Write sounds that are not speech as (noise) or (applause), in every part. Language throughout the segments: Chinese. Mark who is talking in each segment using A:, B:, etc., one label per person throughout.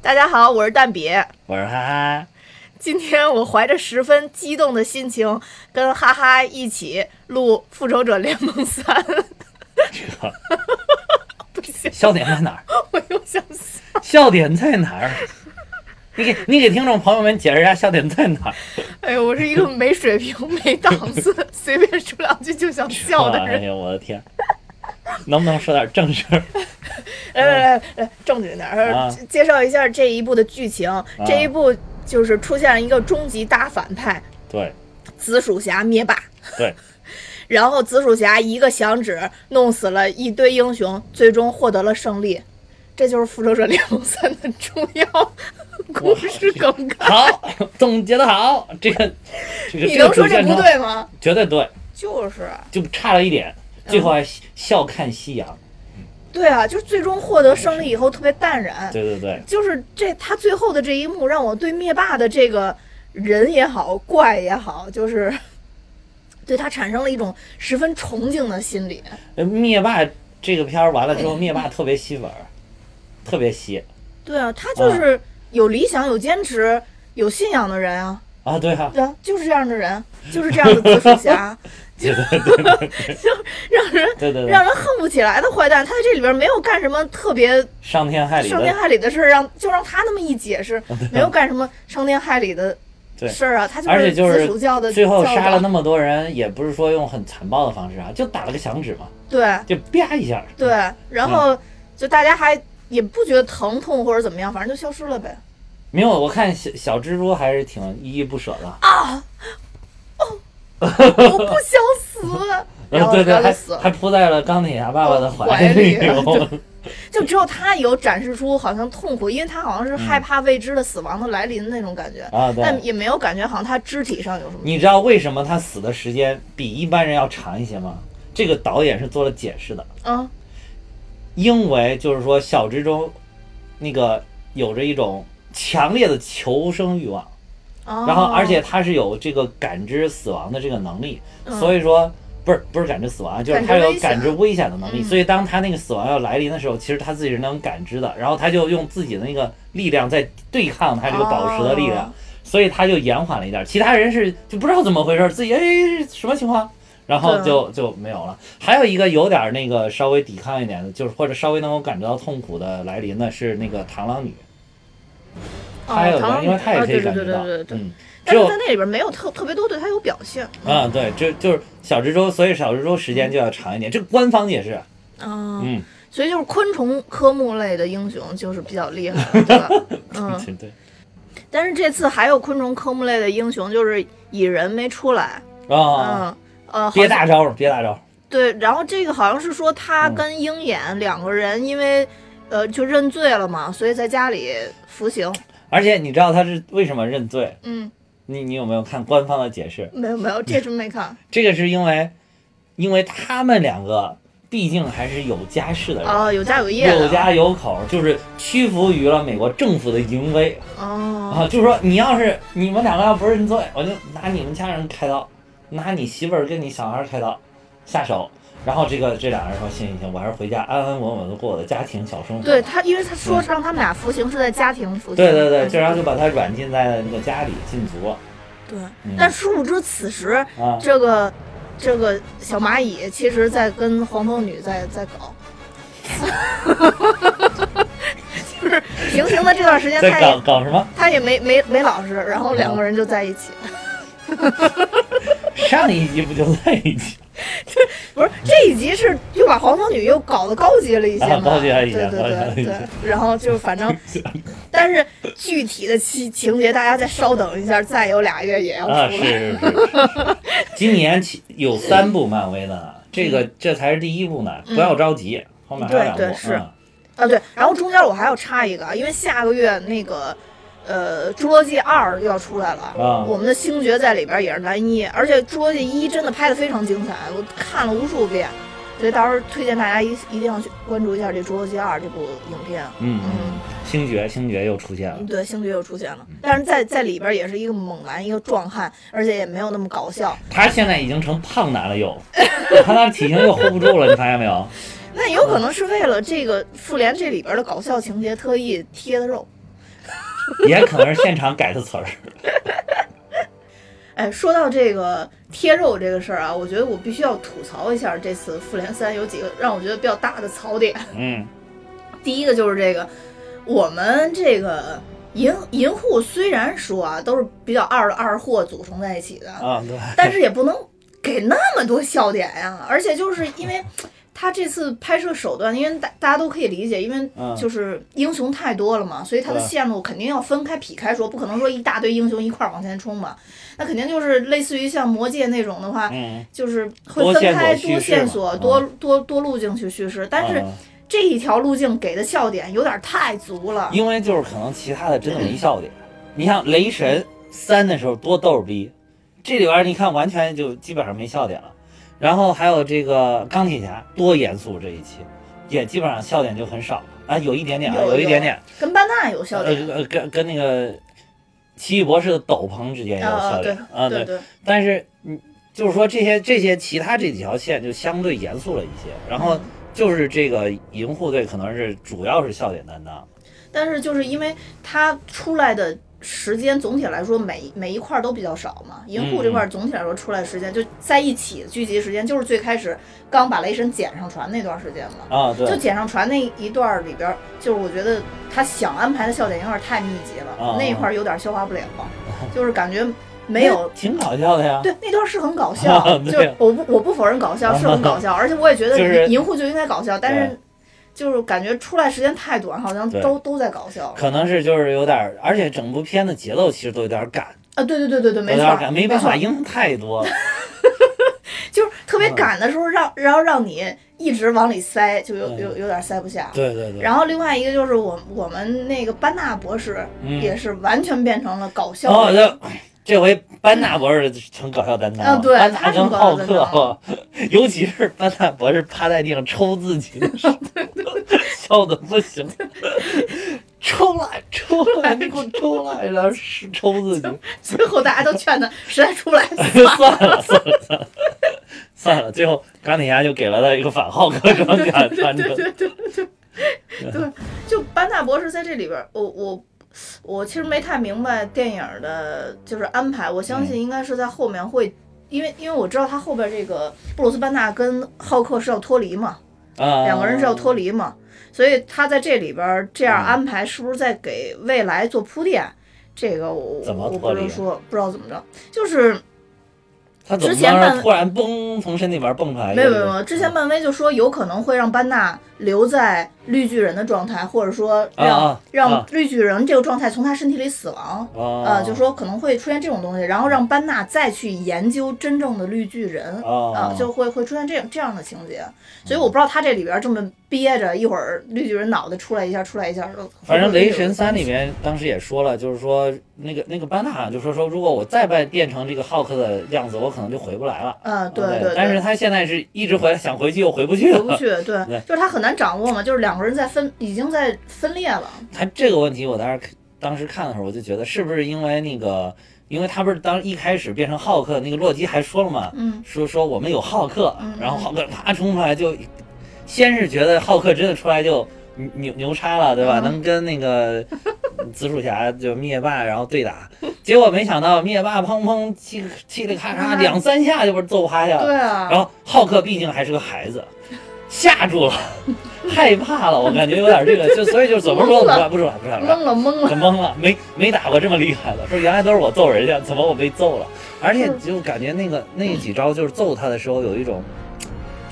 A: 大家好，我是蛋比。
B: 我说哈哈，
A: 今天我怀着十分激动的心情，跟哈哈一起录《复仇者联盟三》。
B: 这个
A: 不行，
B: 笑点在哪儿？
A: 我又想死。
B: 笑点在哪儿？你给你给听众朋友们解释一下笑点在哪儿？
A: 哎呦，我是一个没水平、没档次，随便说两句就想笑的
B: 哎
A: 人。
B: 呀，我的天！能不能说点正事儿？ (laughs)
A: 来来来来，正经点儿、
B: 啊
A: 介介绍一下这一部的剧情。这一部就是出现了一个终极大反派
B: 对
A: 紫薯侠灭霸。
B: 对，
A: 然后紫薯侠一个响指弄死了一堆英雄，最终获得了胜利。这就是《复仇者联盟三》的重要故事梗概。
B: 好，总结的好，这个 (laughs) 这个
A: 你能说这
B: 这个主
A: 不
B: 线程
A: 对吗？
B: 绝对对，
A: 就是，
B: 就差了一点，
A: 嗯
B: 最后还笑看夕阳。
A: 对啊，就是最终获得胜利以后特别淡然。
B: 对对对，
A: 就是这他最后的这一幕，让我对灭霸的这个人也好，怪也好，就是 (laughs) 对他产生了一种十分崇敬的心理。
B: 呃灭霸这个片儿完了之后，灭霸特别吸粉儿，特别吸
A: 对啊，他就是有理想、有坚持、有信仰的人啊。
B: 啊！对啊，
A: 对啊，就是这样的人，就是这样的紫薯
B: (laughs)
A: 侠，
B: 对对对对
A: 让人
B: 对对对
A: 让，人恨不起来的坏蛋。他在这里边没有干什么特别
B: 伤天害理
A: 伤天
B: 的，
A: 害理的事儿，让就让他那么一解
B: (laughs)
A: 释，没有干什么伤天害理的
B: 对
A: 事儿啊。他
B: 而且
A: 就
B: 就是
A: 紫
B: 是
A: 薯教的
B: 最后杀了
A: 教
B: 那么多人，也不是说用很残暴的方式啊，就打了个响指嘛，
A: 导对
B: 就啪一下。
A: 对，然后就大家还也不觉得疼痛或者怎么样，反正就消失了
B: (laughs)
A: 呗。
B: 没有，我看小小蜘蛛还是挺依依不舍的。
A: 啊我不想死，
B: (laughs)
A: 然
B: 嗯，
A: 后
B: 对对，
A: 然后
B: 还
A: 就死了。哦
B: 还扑在了钢铁侠爸爸的
A: 怀里
B: 里。
A: (laughs) 就只有他有展示出好像痛苦，因为他好
B: 嗯
A: 像是害怕未知的死亡的来临那种感觉，
B: 啊对
A: 但也没有感觉好像他肢体上有什么。
B: 你知道为什么他死的时间比一般人要长一些吗？这个导演是做了解释的，
A: 嗯
B: 因为就是说小蜘蛛，那个有着一种强烈的求生欲望，
A: 哦、
B: 然后而且他是有这个感知死亡的这个能力，
A: 嗯
B: 所以说不是不是感知死亡啊，就是
A: 感知
B: 他有
A: 危险
B: 感知危险的能力，
A: 嗯
B: 所以当他那个死亡要来临的时候，其实他自己是能感知的，然后他就用自己的那个力量在对抗他这个宝石的力量，
A: 哦
B: 所以他就延缓了一点儿，其他人是就不知道怎么回事，自己哎什么情况。然后
A: 对
B: 就就没有了。还有一个有点儿那个稍微抵抗一点的，就是或者稍微能够感觉到痛苦的来临的是那个螳螂女，她有
A: 哦、螳
B: 的，
A: 螂
B: 因为她也
A: 啊
B: 可以
A: 对对
B: 感觉
A: 对
B: 到，
A: 对对对。
B: 嗯，只
A: 但是
B: 有
A: 在那里边没有特特别多对他有表现，
B: 啊，对，这就是小蜘蛛，所以小蜘蛛时间就要长一点。这个官方解释，
A: 嗯，
B: 嗯，
A: 所以就是昆虫科目类的英雄就是比较厉害了，对
B: (laughs)
A: 吧？嗯，
B: 对对，
A: 但是这次还有昆虫科目类的英雄，就是蚁人没出来，
B: 啊，
A: 嗯呃，好
B: 憋
A: 像
B: 大招，憋大招，
A: 对，然后这个好像是说他
B: 嗯
A: 跟鹰眼两个人因为、呃就认罪了嘛，所以在家里服刑。
B: 而且你知道他是为什么认罪？
A: 嗯，
B: 你你有没有看官方的解释？
A: 没有没有，这真没
B: (laughs)
A: 看。
B: 这个是因为，因为他们两个毕竟还是有家室的人，
A: 哦，有家有业的。
B: 有家有口，就是屈服于了美国政府的淫威
A: 哦，
B: 啊！就是说，你要是你们两个要不认罪，我就拿你们家人开刀，拿你媳妇儿跟你小孩儿开刀下手。然后这个这俩人说行行行，我还是回家安安稳稳的过我的家庭小生活。
A: 对他，因为他说让他们俩服刑是在家庭服刑。
B: 对对对，就
A: 嗯
B: 然后就把他软禁在了那个家里禁足
A: 对。
B: 嗯
A: 但殊不知，此时
B: 啊，
A: 这个这个小蚂蚁其实在跟黄蜂女在在搞。 (laughs) 就是平行的这段时间，他
B: 在搞
A: 也
B: 搞什么？
A: 他也没没没老实，然后两个人就在一起。
B: 上一集不就在一起？
A: 不是这一集是又把黄蜂女又搞得高级了一些嘛？
B: 啊高级了一些
A: 对
B: 高级了
A: 对对
B: 一些
A: 对。然后就反正， (laughs) 但是具体的情情节大家再稍等一下，再有俩月也要
B: 啊，
A: 出
B: 是
A: 来。
B: 是是是是，今年起有三部漫威的呢，这个这才是第一部呢，不要着急，后面还有两部。
A: 嗯对对是
B: 嗯
A: 啊，对。然后中间我还要插一个啊，因为下个月那个。呃，《侏罗纪二》又要出来了，
B: 啊
A: 我们的星爵在里边也是男一，而且《侏罗纪一》真的拍的非常精彩，我看了无数遍，所以到时候推荐大家一一定要去关注一下这《侏罗纪二》这部影片。
B: 嗯嗯，星爵星爵又出现了，
A: 对，星爵又出现了，但是在在里边也是一个猛男，一个壮汉，而且也没有那么搞笑。
B: 他现在已经成胖男了又， (laughs) 他那体型又 hold 不住了，你发现没有？ (laughs)
A: 那有可能是为了这个复联这里边的搞笑情节特意贴的肉，
B: 也可能是现场改的词儿。
A: 哎，说到这个贴肉这个事儿啊，我觉得我必须要吐槽一下这次复联三有几个让我觉得比较大的槽点。 (laughs)
B: 嗯，
A: 第一个就是这个，我们这个银银护虽然说啊都是比较二的二货组成在一起的，
B: 啊，对， (laughs)
A: 但是也不能给那么多笑点呀、而且就是因为他这次拍摄手段，因为大大家都可以理解，因
B: 嗯
A: 为就是英雄太多了嘛，所以他的
B: 对
A: 线路肯定要分开劈开说，不可能说一大堆英雄一块儿往前冲嘛。那肯定就是类似于像魔界那种的话，
B: 嗯，
A: 就是会
B: 多
A: 分
B: 线索
A: 开
B: 叙事
A: 多线
B: 嘛
A: 索、
B: 嗯
A: 多多多路径去叙事，但是
B: 嗯
A: 这一条路径给的笑点有点太足了。
B: 因为就是可能其他的真的没笑点。你像雷神三的时候多逗逼，这里边儿你看完全就基本上没笑点了。然后还有这个钢铁侠多严肃这一期，也基本上笑点就很少啊，有一点点啊，
A: 有
B: 有一点点，
A: 跟班纳有笑
B: 呃
A: 点，
B: 呃跟跟那个奇异博士的斗篷之间也有
A: 啊
B: 笑
A: 啊对
B: 点啊，
A: 对对，
B: 但是嗯，就是说这些这些其他这几条线就相对严肃了一些，然后就是这个银护队可能是主要是笑点担当，
A: 但是就是因为它出来的时间总体来说每每一块儿都比较少嘛，银护这块儿总体来说出来时间就在一起聚集时间，就是最开始刚把雷神捡上船那段时间嘛。
B: 啊，对
A: 就，捡上船那一段儿里边儿，就是我觉得他想安排的笑点有点太密集了，
B: 啊
A: 那一块儿有点消化不了，就是感觉没有
B: 哎挺搞笑的呀，
A: 对，那段是很搞笑，
B: (laughs) 啊
A: 就
B: 对
A: 是我不我不否认搞
B: (laughs)
A: 笑是很搞笑，而且我也觉得
B: 就是
A: 银护就应该搞笑，但
B: 对
A: 是就是感觉出来时间太短，好像
B: 对
A: 都都在搞笑
B: 可能是就是有点儿，而且整部片的节奏其实都有点儿赶，
A: 啊！对对对对对，
B: 有
A: 没
B: 点
A: 错
B: 儿赶，，没办法，
A: 错，
B: 英雄太多了，
A: 就是特别
B: 嗯
A: 赶的时候让然后让你一直往里塞，就有
B: 对
A: 有有点塞不下。
B: 嗯对对对，
A: 然后另外一个就是我我们那个班纳博士
B: 嗯，
A: 也是完全变成了搞笑
B: 哦，
A: 的人，
B: 这这回班纳博士成搞笑担当了，
A: 啊对
B: 班纳
A: 他
B: 跟
A: 成
B: 浩
A: 搞笑担当
B: 克，尤其是班纳博士趴在地上抽自己的时候， (laughs) 笑的不行，抽来抽来，你给我抽来，然后是抽
A: (laughs)
B: 自己，
A: 最后大家都劝他实在出不来，
B: 算了算了算了算了，最后钢铁侠就给了他一个反浩克装甲 (laughs) 穿着，
A: 对
B: 嗯
A: 对对对对，就班纳博士在这里边儿，我我我其实没太明白电影儿的就是安排，我相
B: 嗯
A: 信应该是在后面会，因为因为我知道他后边这个布鲁斯班纳跟浩克是要脱离嘛，
B: 啊，
A: 两个人是要脱离嘛，所以他在这里边儿这
B: 嗯
A: 样安排，是不是在给未来做铺垫？这个我
B: 怎么
A: 我
B: 脱
A: 不
B: 离啊
A: 能说，不知道怎么着，就是
B: 他怎
A: 之
B: 么
A: 前
B: 能
A: 漫
B: 突然嘣从身体里边蹦出来一个
A: 没
B: 人？
A: 有没有没有，之前漫威就说有可能会让班纳留在绿巨人的状态，或者说让、
B: 啊啊啊
A: 让绿巨人这个状态从他身体里死亡。
B: 啊
A: 呃，就说可能会出现这种东西，然后让班纳再去研究真正的绿巨人，
B: 哦
A: 啊、就会会出现这这样的情节，所以我不知道他这里边这么憋着，一会儿绿巨人脑袋出来一下，出来一下，
B: 反正《雷神三》
A: 三
B: 里面当时也说了，就是说那个那个班纳好像就说说，如果我再变变成这个浩克的样子，我可能就回不来了。
A: 嗯、对
B: 哦对
A: 对，
B: 但是他现在是一直回来，想回去又回不去
A: 回不
B: 了。
A: 去，对，
B: (laughs) 对
A: 就是他很难掌握嘛，就是两个人在分，已经在分裂
B: (laughs)
A: 了，
B: 他这个问题，我当时当时看的时候，我就觉得是不是因为那个，因为他不是当一开始变成浩克，那个洛基还说了嘛，
A: 嗯，
B: 说说我们有浩克
A: 嗯，
B: 然后浩克啪冲出来就，先是觉得浩克真的出来就牛牛牛叉了，对吧？
A: 嗯
B: 能跟那个紫薯侠就灭霸然后对打，结果没想到灭霸砰砰嘁嘁里咔
A: (laughs)
B: 嚓
A: 啊
B: 两三下就把揍趴下了，
A: 对啊，
B: 然后浩克毕竟还是个孩子，吓住了， (laughs) 害怕了，我感觉有点这个，就所以就怎么说
A: 懵
B: 不
A: 了
B: 出来不出来不出来不出来
A: 懵了懵了。
B: 我懵了，没没打过这么厉害的。说原来都是我揍人家，怎么我被揍了？而且就感觉那个那几招就是揍他的时候有一种，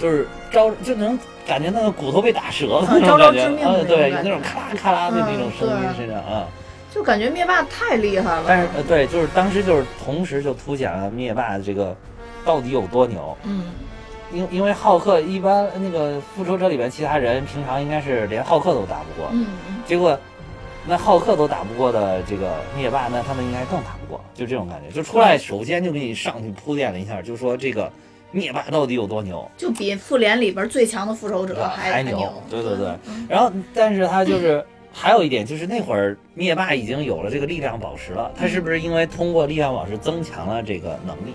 B: 就是招就能感觉那个骨头被打折了
A: 啊
B: 那种
A: 招
B: 感
A: 招
B: 觉，
A: 致命的
B: 啊
A: 那种
B: 对，有
A: 感觉
B: 那种咔啦咔啦的那种声音
A: 嗯对
B: 身上啊。
A: 就感觉灭霸太厉害了。
B: 但是呃对，就是当时就是同时就凸显了灭霸这个到底有多牛，
A: 嗯，
B: 因因为浩克一般那个复仇者里边其他人平常应该是连浩克都打不过，
A: 嗯嗯，
B: 结果那浩克都打不过的这个灭霸，那他们应该更打不过，就这种感觉。就出来首先就给你上去铺垫了一下，就说这个灭霸到底有多牛，
A: 就比复联里边最强的复仇者
B: 啊
A: 还
B: 还
A: 牛。嗯
B: 对对
A: 对
B: 对，然后但是他就是。还有一点就是那会儿灭霸已经有了这个力量宝石了，他是不是因为通过力量宝石增强了这个能力？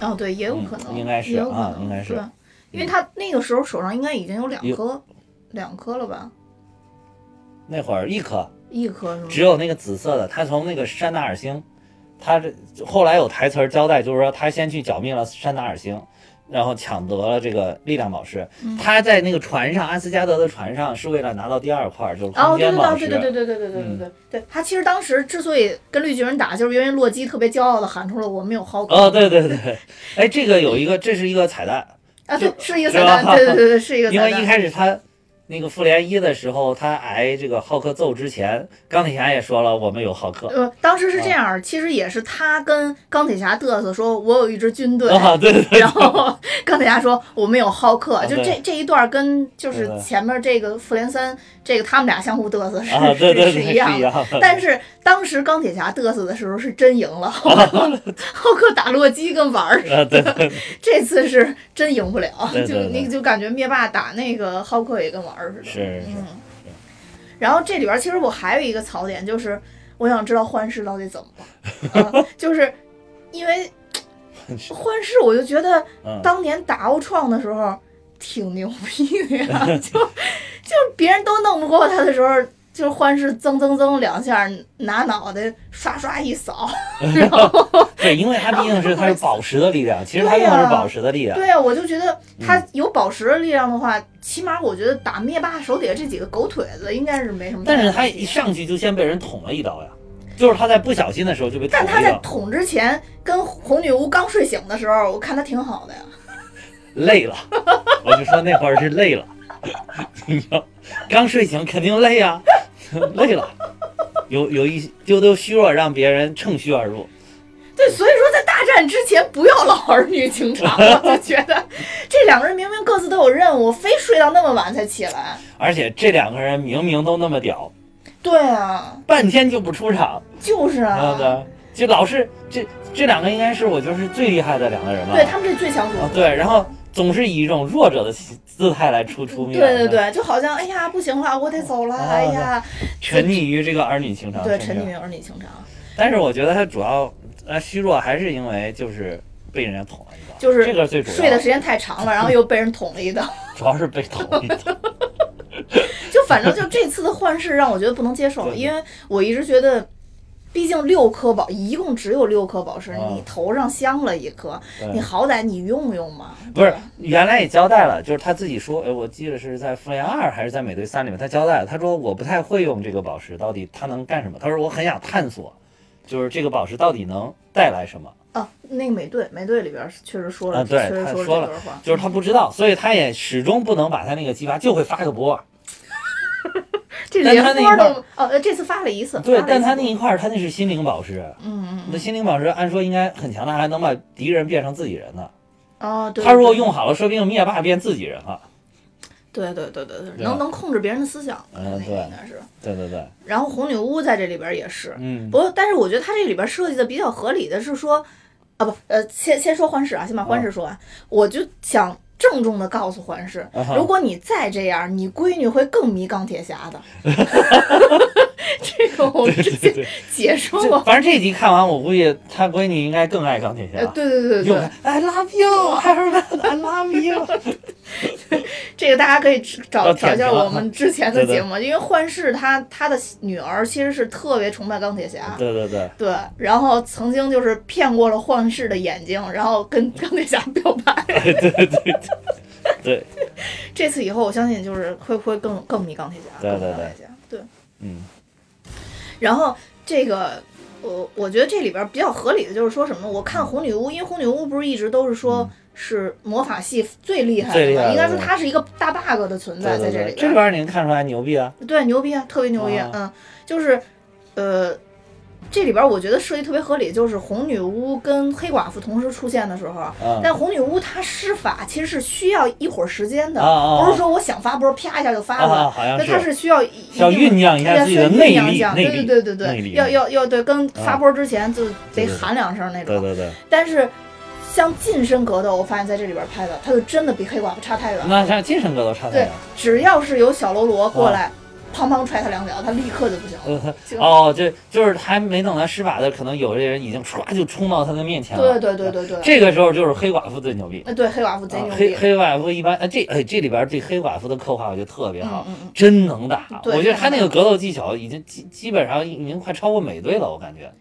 A: 哦对，也有可能，
B: 嗯应该是
A: 也有可能
B: 啊应该是嗯
A: 对因为他那个时候手上应该已经有两颗，两颗了吧？
B: 那会儿一颗
A: 一颗是吗？
B: 只有那个紫色的，他从那个山达尔星，他这后来有台词儿交代，就是说他先去剿灭了山达尔星，然后抢得了这个力量宝石。
A: 嗯
B: 他在那个船上，阿斯加德的船上是为了拿到第二块，就是嗯
A: 哦，
B: 空
A: 对
B: 间宝石。
A: 对对对对对对对对对对对，他其实当时之所以跟绿巨人打，就是因为洛基特别骄傲的喊出了“我没有好狗”
B: 哦，对对对，哎，这个有一个，这是一个彩蛋，
A: 啊，
B: 就
A: 对，是一个
B: 是
A: 彩蛋，
B: 吧
A: 对对对对，是一个
B: (laughs) 因
A: 彩
B: 为一
A: 蛋。
B: 开始他那个复联一的时候，他挨这个浩克揍之前，钢铁侠也说了，我们有浩
A: (laughs)
B: 克。
A: 呃，当时是
B: 嗯
A: 这样儿，其实也是他跟钢铁侠嘚瑟说：“我有一支军队。”
B: 啊，对对 (laughs) 对，
A: 然后钢铁侠说：“我们有浩克。”就
B: 啊对
A: 这这一段跟就是
B: 对对
A: 前面这个复联三这个他们俩相互嘚瑟是
B: 啊，对对对，
A: 是
B: 是
A: 一样
B: 一
A: 的。
B: 样的。
A: 但是当时钢铁侠嘚瑟的时候是真赢了，浩克 (laughs) 浩克打洛基跟玩儿似的。
B: (laughs) 啊，对，对
A: 这次是真赢不了，
B: 对对
A: 就
B: 对
A: 你就感觉灭霸打那个浩克也跟玩儿似的。
B: 是是
A: 嗯。然后这里边儿其实我还有一个槽点，就是我想知道幻视到底怎么了，
B: (laughs)
A: 嗯就是因为
B: 是，
A: 幻视，我就觉得
B: 嗯，
A: 当年打奥创的时候挺牛逼的
B: (laughs)
A: 呀，就就别人都弄不过他的时候，就是幻视噌噌噌两下拿脑袋刷刷一扫，然后
B: 对，因为它毕竟
A: (laughs)
B: 是它是宝石的力
A: 啊
B: 量，其实它用的是宝石的力量。
A: 对呀、我就觉得他有宝石的力量的话，起码我觉得打灭霸手底下这几个狗腿子应该是没什么大
B: 但
A: 问题。
B: 是他一上去就先被人捅了一刀呀，啊就是他在不小心的时候就被捅
A: 但
B: 了
A: 他
B: 一
A: 在
B: 刀，
A: 捅之前跟红女巫刚睡醒的时候，我看他挺好的呀。
B: 累了。 (laughs) 我就说那会儿是累了， (laughs) 你知道，刚睡醒肯定累啊， (laughs) 累了，有有一丢丢虚弱，让别人趁虚而入。
A: 对，所以说在大战之前不要老儿女情长，我就觉得这两个人明明各自都有任务，非睡到那么晚才起来。
B: 而且这两个人明明都那么屌，
A: 对啊，
B: 半天就不出场，
A: 就是
B: 然后
A: 啊，
B: 呢，就老是这这两个应该是我觉得是最厉害的两个人了。
A: 对他们这最强组合
B: 啊，。对，然后总是以一种弱者的姿姿态来出出面，
A: 对对，对，就好像哎呀不行了，我得走了，
B: 啊
A: 哎呀，
B: 沉溺于这个儿女情长。
A: 对，
B: 甚
A: 沉
B: 至
A: 溺于儿女情长，
B: 但是我觉得他主要呃虚弱还是因为就是被人家捅了一刀，
A: 就是
B: 这个最主要，
A: 睡的时间太长了，然后又被人捅了一刀。
B: (laughs) 主要是被捅了一
A: (laughs)
B: 刀。
A: 就反正就这次的幻视让我觉得不能接受，
B: 对对
A: 因为我一直觉得，毕竟六颗宝，一共只有六颗宝石，
B: 嗯
A: 你头上镶了一颗，
B: 对
A: 你好歹你用用嘛。
B: 不是，原来也交代了，就是他自己说，哎，我记得是在《复联二》还是在《美队三》里面，他交代了，他说我不太会用这个宝石，到底它能干什么？他说我很想探索，就是这个宝石到底能带来什么。
A: 哦、那个美队，美队里边确实说了，
B: 啊对
A: 确实
B: 他
A: 说
B: 说
A: 了
B: 了
A: 这段话，
B: 就是他不知道，所以他也始终不能把他那个激发，就会发个波。
A: 这
B: 但
A: 连
B: 他那一
A: 波
B: 块
A: 都哦，这次发了一次，
B: 对
A: 发，了一
B: 但
A: 次
B: 他那一块儿，他那是心灵宝石，
A: 嗯嗯
B: 那心灵宝石按说应该很强大，还能把敌人变成自己人呢。
A: 哦，对，
B: 他如果
A: 对
B: 用好了，说不定灭霸变自己人了。
A: 对对对对对，
B: 对
A: 能能控制别人的思想，
B: 嗯
A: 那个
B: 对
A: 应该是。
B: 对对对，
A: 然后红女巫在这里边也是，
B: 嗯， (laughs)
A: 不，但是我觉得它这里边设计的比较合理的是说，啊不，呃，先先说幻视啊，先把幻
B: 嗯
A: 视说完。我就想郑重的告诉幻视，
B: 啊哈
A: 如果你再这样，你闺女会更迷钢铁侠
B: (laughs)
A: 的。 (laughs) 这个我们之
B: 对
A: 前 (laughs)
B: 对，
A: 解说
B: 这
A: 过。
B: 反正这一集看完，我估计他闺女应该更爱钢铁侠
A: 呃，。对对对
B: 又
A: 对
B: 看，I (laughs) love you，everyone，I
A: (laughs)
B: love you。
A: 这个大家可以找
B: 要
A: 找一
B: 舔
A: 下
B: 屏啊
A: 我们之前的
B: 对对
A: 节目，因为幻视他他的女儿其实是特别崇拜钢铁侠，
B: 对对对，
A: 对，然后曾经就是骗过了幻视的眼睛，然后跟 (laughs) 钢铁侠表白。
B: 对，
A: 这次以后，我相信就是会会更更迷钢铁侠，
B: 对
A: 更迷
B: 对
A: 钢
B: 对
A: 铁侠。对， (laughs)
B: 嗯，
A: 然后这个我我觉得这里边比较合理的就是说什么呢？我看红女巫，因为红女巫不是一直都是说是魔法系最厉害
B: 嗯最
A: 的
B: 厉害
A: 嘛，
B: 的
A: 应该说
B: 对
A: 它是一个大 bug 的存在
B: 对
A: 在
B: 对
A: 这里
B: 对，这
A: 边
B: 里。边你能看出来牛逼啊。
A: 对，牛逼啊，特别牛逼，
B: 啊
A: 嗯，就是，呃，这里边我觉得设计特别合理，就是红女巫跟黑寡妇同时出现的时候，啊
B: 嗯
A: 但红女巫她施法其实是需要一会儿时间的，
B: 啊啊啊
A: 不是说我想发波啪一下就发了，
B: 啊，好像
A: 那它
B: 是
A: 是需要一
B: 需要
A: 定
B: 酝酿一
A: 的
B: 下自己的
A: 需要
B: 内
A: 酝酿一
B: 力
A: 下，
B: 内力。
A: 对对对
B: 内
A: 对，
B: 力
A: 要
B: 内力
A: 要要对，跟
B: 啊
A: 发波之前就得
B: 对对
A: 喊两声那
B: 对
A: 种，
B: 对对，
A: 但是。像近身格斗，我发现在这里边拍的，它就真的比黑寡妇差太远了。
B: 那像精神格斗差太
A: 对
B: 远。
A: 只要是有小喽啰过来，砰砰踹他两脚，他立刻就不行了。就
B: 啊哦，这就是还没等他施法的，可能有些人已经唰就冲到他的面前了。
A: 对对对对对，
B: 这个时候就是黑寡妇最牛逼。
A: 哎对，黑寡妇贼
B: 啊
A: 牛
B: 黑
A: 逼，
B: 黑寡妇一般，哎这哎这里边对黑寡妇的刻画我觉得特别好，
A: 嗯嗯
B: 真能打。
A: 对
B: 我觉得
A: 真
B: 他那
A: 能
B: 个格斗技巧已经基基本上已经快超过美队了，我感觉。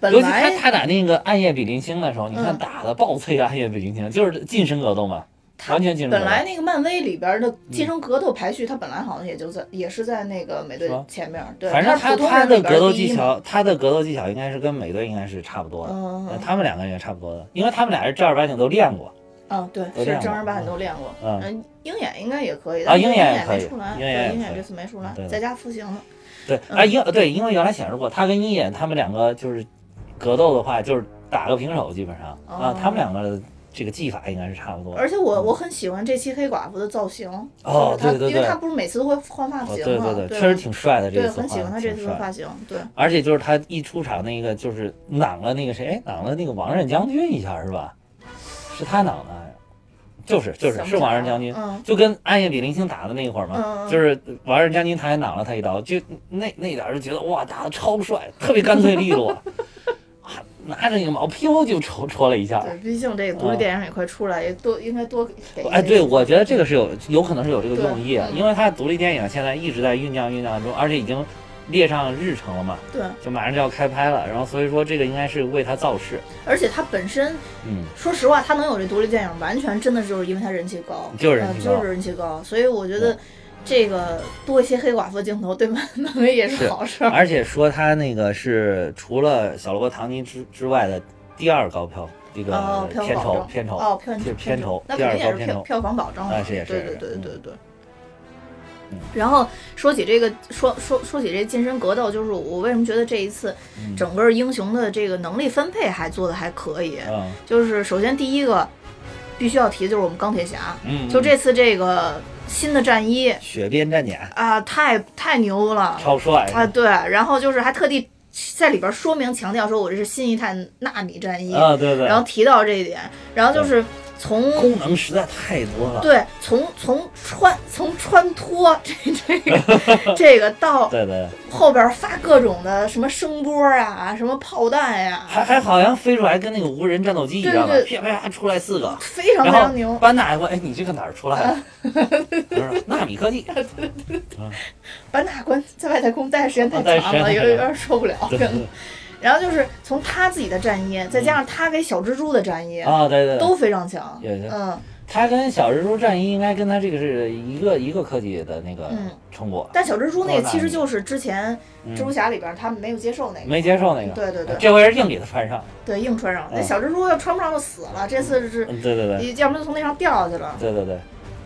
A: 本
B: 尤其他
A: 来
B: 他打那个暗夜比邻星的时候，你看
A: 嗯
B: 打的爆脆暗夜比邻星，就是近身格斗嘛，
A: 他
B: 完全近身
A: 本
B: 格
A: 来
B: 斗。
A: 那个漫威里边的寄生格斗排序，他本来好像也就在也是在那个美队
B: 嗯是吧
A: 前面，对，
B: 反正他
A: 普通
B: 他
A: 人
B: 的
A: 里边
B: 格斗
A: 第一
B: 技
A: 嘛，
B: 巧，他的格斗技巧应该是跟美队应该是差不多的，
A: 嗯
B: 呃
A: 嗯
B: 他们两个人也差不多的，因为他们俩是正儿八经都练过
A: 嗯，对，
B: 都
A: 是
B: 练过
A: 正儿八经都练过，
B: 嗯
A: 嗯，鹰眼应该也可以，
B: 啊
A: 但是
B: 鹰
A: 鹰
B: 眼也
A: 眼
B: 可以
A: 没出来，
B: 鹰
A: 对，
B: 眼
A: 鹰
B: 也可以嗯
A: 眼这次没出来
B: 对，的
A: 在家服刑了，
B: 对，
A: 嗯
B: 啊，因对，因为原来显示过，他跟鹰眼他们两个就是格斗的话，就是打个平手基本上啊
A: 哦，
B: 他们两个的这个技法应该是差不多的。
A: 而且我我很喜欢这期黑寡妇的造型，
B: 嗯哦
A: 就是她
B: 对对对
A: 因为她不是每次都会换发
B: 哦，
A: 型
B: 对
A: 嘛，
B: 对对，
A: 对
B: 确实挺帅的，这
A: 对，
B: 次
A: 很
B: 换
A: 喜欢她
B: 的
A: 这
B: 挺
A: 次
B: 帅
A: 的
B: 的。
A: 发型，对，
B: 而且就是他一出场那个就是攮了那个谁，哎，攮了那个王任将军一下是吧？是他攮的，就是就是
A: 想不
B: 是
A: 起来
B: 王任将军
A: 了，嗯，
B: 就跟暗夜比零星打的那会儿嘛，
A: 嗯嗯
B: 就是王任将军他还攮了他一刀，就那那点儿就觉得哇打的超帅，特别干脆利落， (laughs) 啊，拿着那个毛飘就戳戳了一下。
A: 对，毕竟这个独立电影也快出来，也多应该多给一些。
B: 啊哎，对，我觉得这个是有有可能是有这个用意，
A: 对嗯
B: 因为他独立电影现在一直在酝酿酝酿中，而且已经列上日程了嘛。
A: 对，
B: 就马上就要开拍了，然后所以说这个应该是为他造势，
A: 而且他本身，
B: 嗯，
A: 说实话，他能有这独立电影，完全真的就是因为他人气高，
B: 就是人气高嗯
A: 呃就是人气高。所以我觉得这个多一些黑寡妇镜头， (laughs) 对漫漫威也是
B: 是
A: 好事儿。
B: (laughs) 而且说他那个是除了小萝卜唐尼之之外的第二高票这个
A: 哦，票
B: 片
A: 房
B: 酬
A: 保证
B: 片酬，
A: 哦，片
B: 是
A: 酬
B: 片酬
A: 那
B: 第
A: 肯
B: 二
A: 定也
B: 高
A: 是
B: 片
A: 票
B: 酬
A: 票房保证
B: 啊
A: 了，
B: 是也是
A: 对
B: 也
A: 对
B: 是
A: 对对对对
B: 嗯。
A: 然后说起这个，说说说起这近身格斗，就是我为什么觉得这一次
B: 嗯
A: 整个英雄的这个能力分配还做的还可以，
B: 嗯
A: 就是首先第一个必须要提的就是我们钢铁侠，
B: 嗯，
A: 就这次这个新的战衣
B: 雪边战甲
A: 啊，太太牛了
B: 超帅，
A: 啊！对，然后就是还特地在里边说明强调说，我这是新一代纳米战衣，
B: 啊对对
A: 然，后提到这一点，然后就是从。
B: 功能实在太多了，
A: 对，从从穿从穿脱这这个这个到
B: 对对，
A: 后边发各种的什么声波啊，什么炮弹呀、
B: 还还好像飞出来跟那个无人战斗机一样的，
A: 对
B: 啪啪啪出来四个。
A: 非常非
B: 然
A: 常
B: 后
A: 牛。
B: 班纳还问：“哎，你这个哪儿出来
A: (laughs)
B: 的？”我说：“纳米科技。
A: 班纳关在外太空待的时间太长了，有有点受不了。
B: 对”对
A: 然后就是从他自己的战衣，再加上他给小蜘蛛的战衣，
B: 对啊，对对，对
A: 都非常强。
B: 有有
A: 嗯，
B: 它跟小蜘蛛战衣应该跟它这个是一个一个科技的那个
A: 嗯
B: 成果，
A: 但小蜘蛛那
B: 够
A: 个
B: 大嗯
A: 其实就是之前蜘蛛侠里边他们没有接受那个，
B: 没接受那个。啊
A: 对对对
B: 这回是硬给它穿上。
A: 对，硬穿上。那
B: 嗯
A: 小蜘蛛要穿不上就死了，这次是
B: 嗯，对对对，
A: 要不然就从那上掉下去了。
B: 对对对，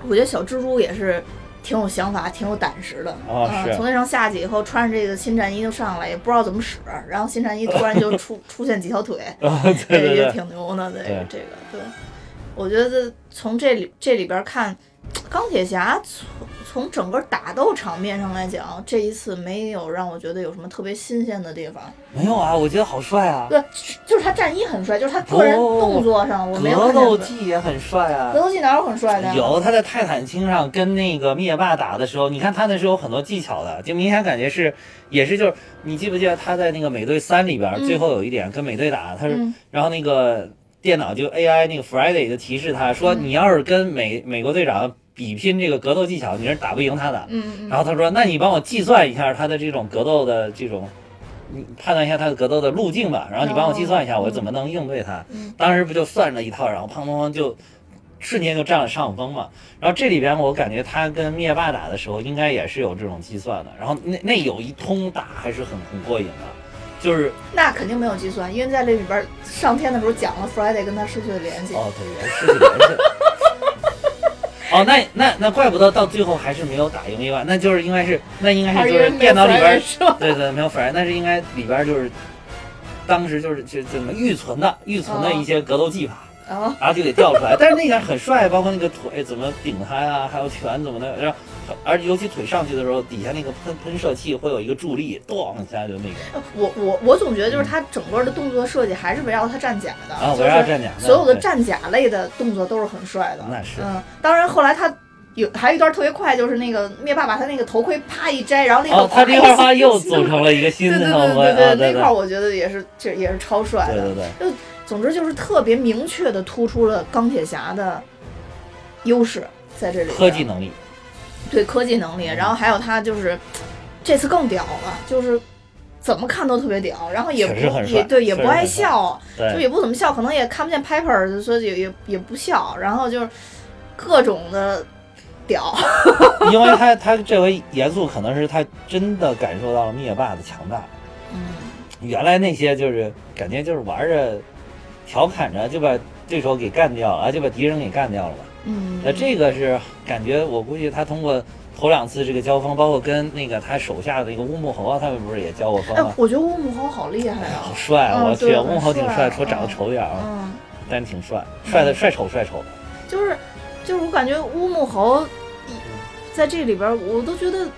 A: 我觉得小蜘蛛也是挺有想法、挺有胆识的。
B: 哦
A: 嗯
B: 是
A: 从那上下去以后，穿着这个新战衣就上来，也不知道怎么使，然后新战衣突然就出 (laughs) 出现几条腿，
B: 啊对
A: 这
B: (laughs)
A: (laughs)
B: 对
A: 也
B: 对，
A: 挺牛的。这个
B: 对
A: 这个，对，我觉得从这里这里边看，钢铁侠从从整个打斗场面上来讲，这一次没有让我觉得有什么特别新鲜的地方。
B: 没有啊，我觉得好帅啊，
A: 对，就是他战衣很帅，就是他个人
B: 哦
A: 动作上我没有
B: 格
A: 看见
B: 斗
A: 过。
B: 技也很帅啊
A: 格。斗技哪有很帅的呀？
B: 有他在泰坦星上跟那个灭霸打的时候，你看他那是有很多技巧的，就明显感觉是，也是就是你记不记得他在那个美队三里边、
A: 嗯
B: 最后有一点跟美队打，他是、
A: 嗯
B: 然后那个电脑就 AI 那个 Friday 就提示他说，
A: 嗯
B: 你要是跟美美国队长比拼这个格斗技巧，你是打不赢他的。
A: 嗯嗯
B: 然后他说，那你帮我计算一下他的这种格斗的这种。你判断一下他的格斗的路径吧，然后你帮我计算一下，
A: 哦
B: 我怎么能应对他。
A: 嗯
B: 当时不就算了一套，然后砰砰砰就瞬间就占了上风嘛。然后这里边我感觉他跟灭霸打的时候，应该也是有这种计算的。然后那那有一通打还是很很过瘾的，就是
A: 那肯定没有计算，因为在这里边上天的时候讲了 Friday 跟他失去了联系。 (laughs)
B: 哦，对，原是联系。哦，那那那怪不得到最后还是没有打赢灭霸，那就是应该是那应该
A: 还
B: 是
A: 是
B: 就是
A: 因为
B: 电脑里边儿，
A: 是吧？
B: 对对，没有反应，那是应该里边儿就是当时就是就怎么预存的预存的一些格斗技法。
A: 然后
B: 然后就给调出来。但是那个很帅，包括那个腿怎么顶他呀、还有拳怎么的，然后而且尤其腿上去的时候，底下那个喷喷射器会有一个助力，咣一下就那个
A: 我我我总觉得就是他整个的动作设计还是围绕他战甲的，
B: 啊，
A: 就
B: 围绕
A: 是
B: 战甲，
A: 所有的
B: 对
A: 战甲类的动作都是很帅的。
B: 那是
A: 嗯，当然后来他有还有一段特别快，就是那个灭霸把他那个头块啪一摘，然后那个
B: 哦，他这块儿话又
A: 走。
B: 组成了一个新
A: 对
B: 的
A: 对
B: 场
A: 对
B: 啊，
A: 对
B: 对
A: 对，
B: 对
A: 那块儿我觉得也是，这也是超帅
B: 对
A: 的。
B: 对对，
A: 总之就是特别明确的突出了钢铁侠的优势在这里边，
B: 科技能力，嗯
A: 对科技能力，然后还有他就是这次更屌了，就是怎么看都特别屌，然后也
B: 确实
A: 不
B: 很帅
A: 也对也
B: 确
A: 不
B: 实
A: 爱
B: 很帅
A: 笑，就
B: 对
A: 也不怎么笑，可能也看不见 Piper，就说也也也不笑，然后就是各种的屌，
B: 因为他他这回严肃，可能是他真的感受到了灭霸的强大。
A: 嗯，
B: 原来那些就是感觉就是玩着、调侃着就把对手给干掉了，啊就把敌人给干掉了嘛。
A: 嗯，
B: 那哎这个是感觉，我估计他通过头两次这个交锋，包括跟那个他手下的那个乌木猴啊，他们不是也交过锋
A: 哎
B: 吗，？
A: 我觉得乌木猴好厉害啊，
B: 好帅啊！
A: 嗯
B: 我去，
A: 对
B: 乌木猴挺帅，
A: 很帅
B: 说长得丑点儿啊，
A: 嗯，
B: 但是挺帅，帅的帅丑帅丑的。
A: 就是就是我感觉乌木猴一
B: 嗯
A: 在这里边儿，我都觉得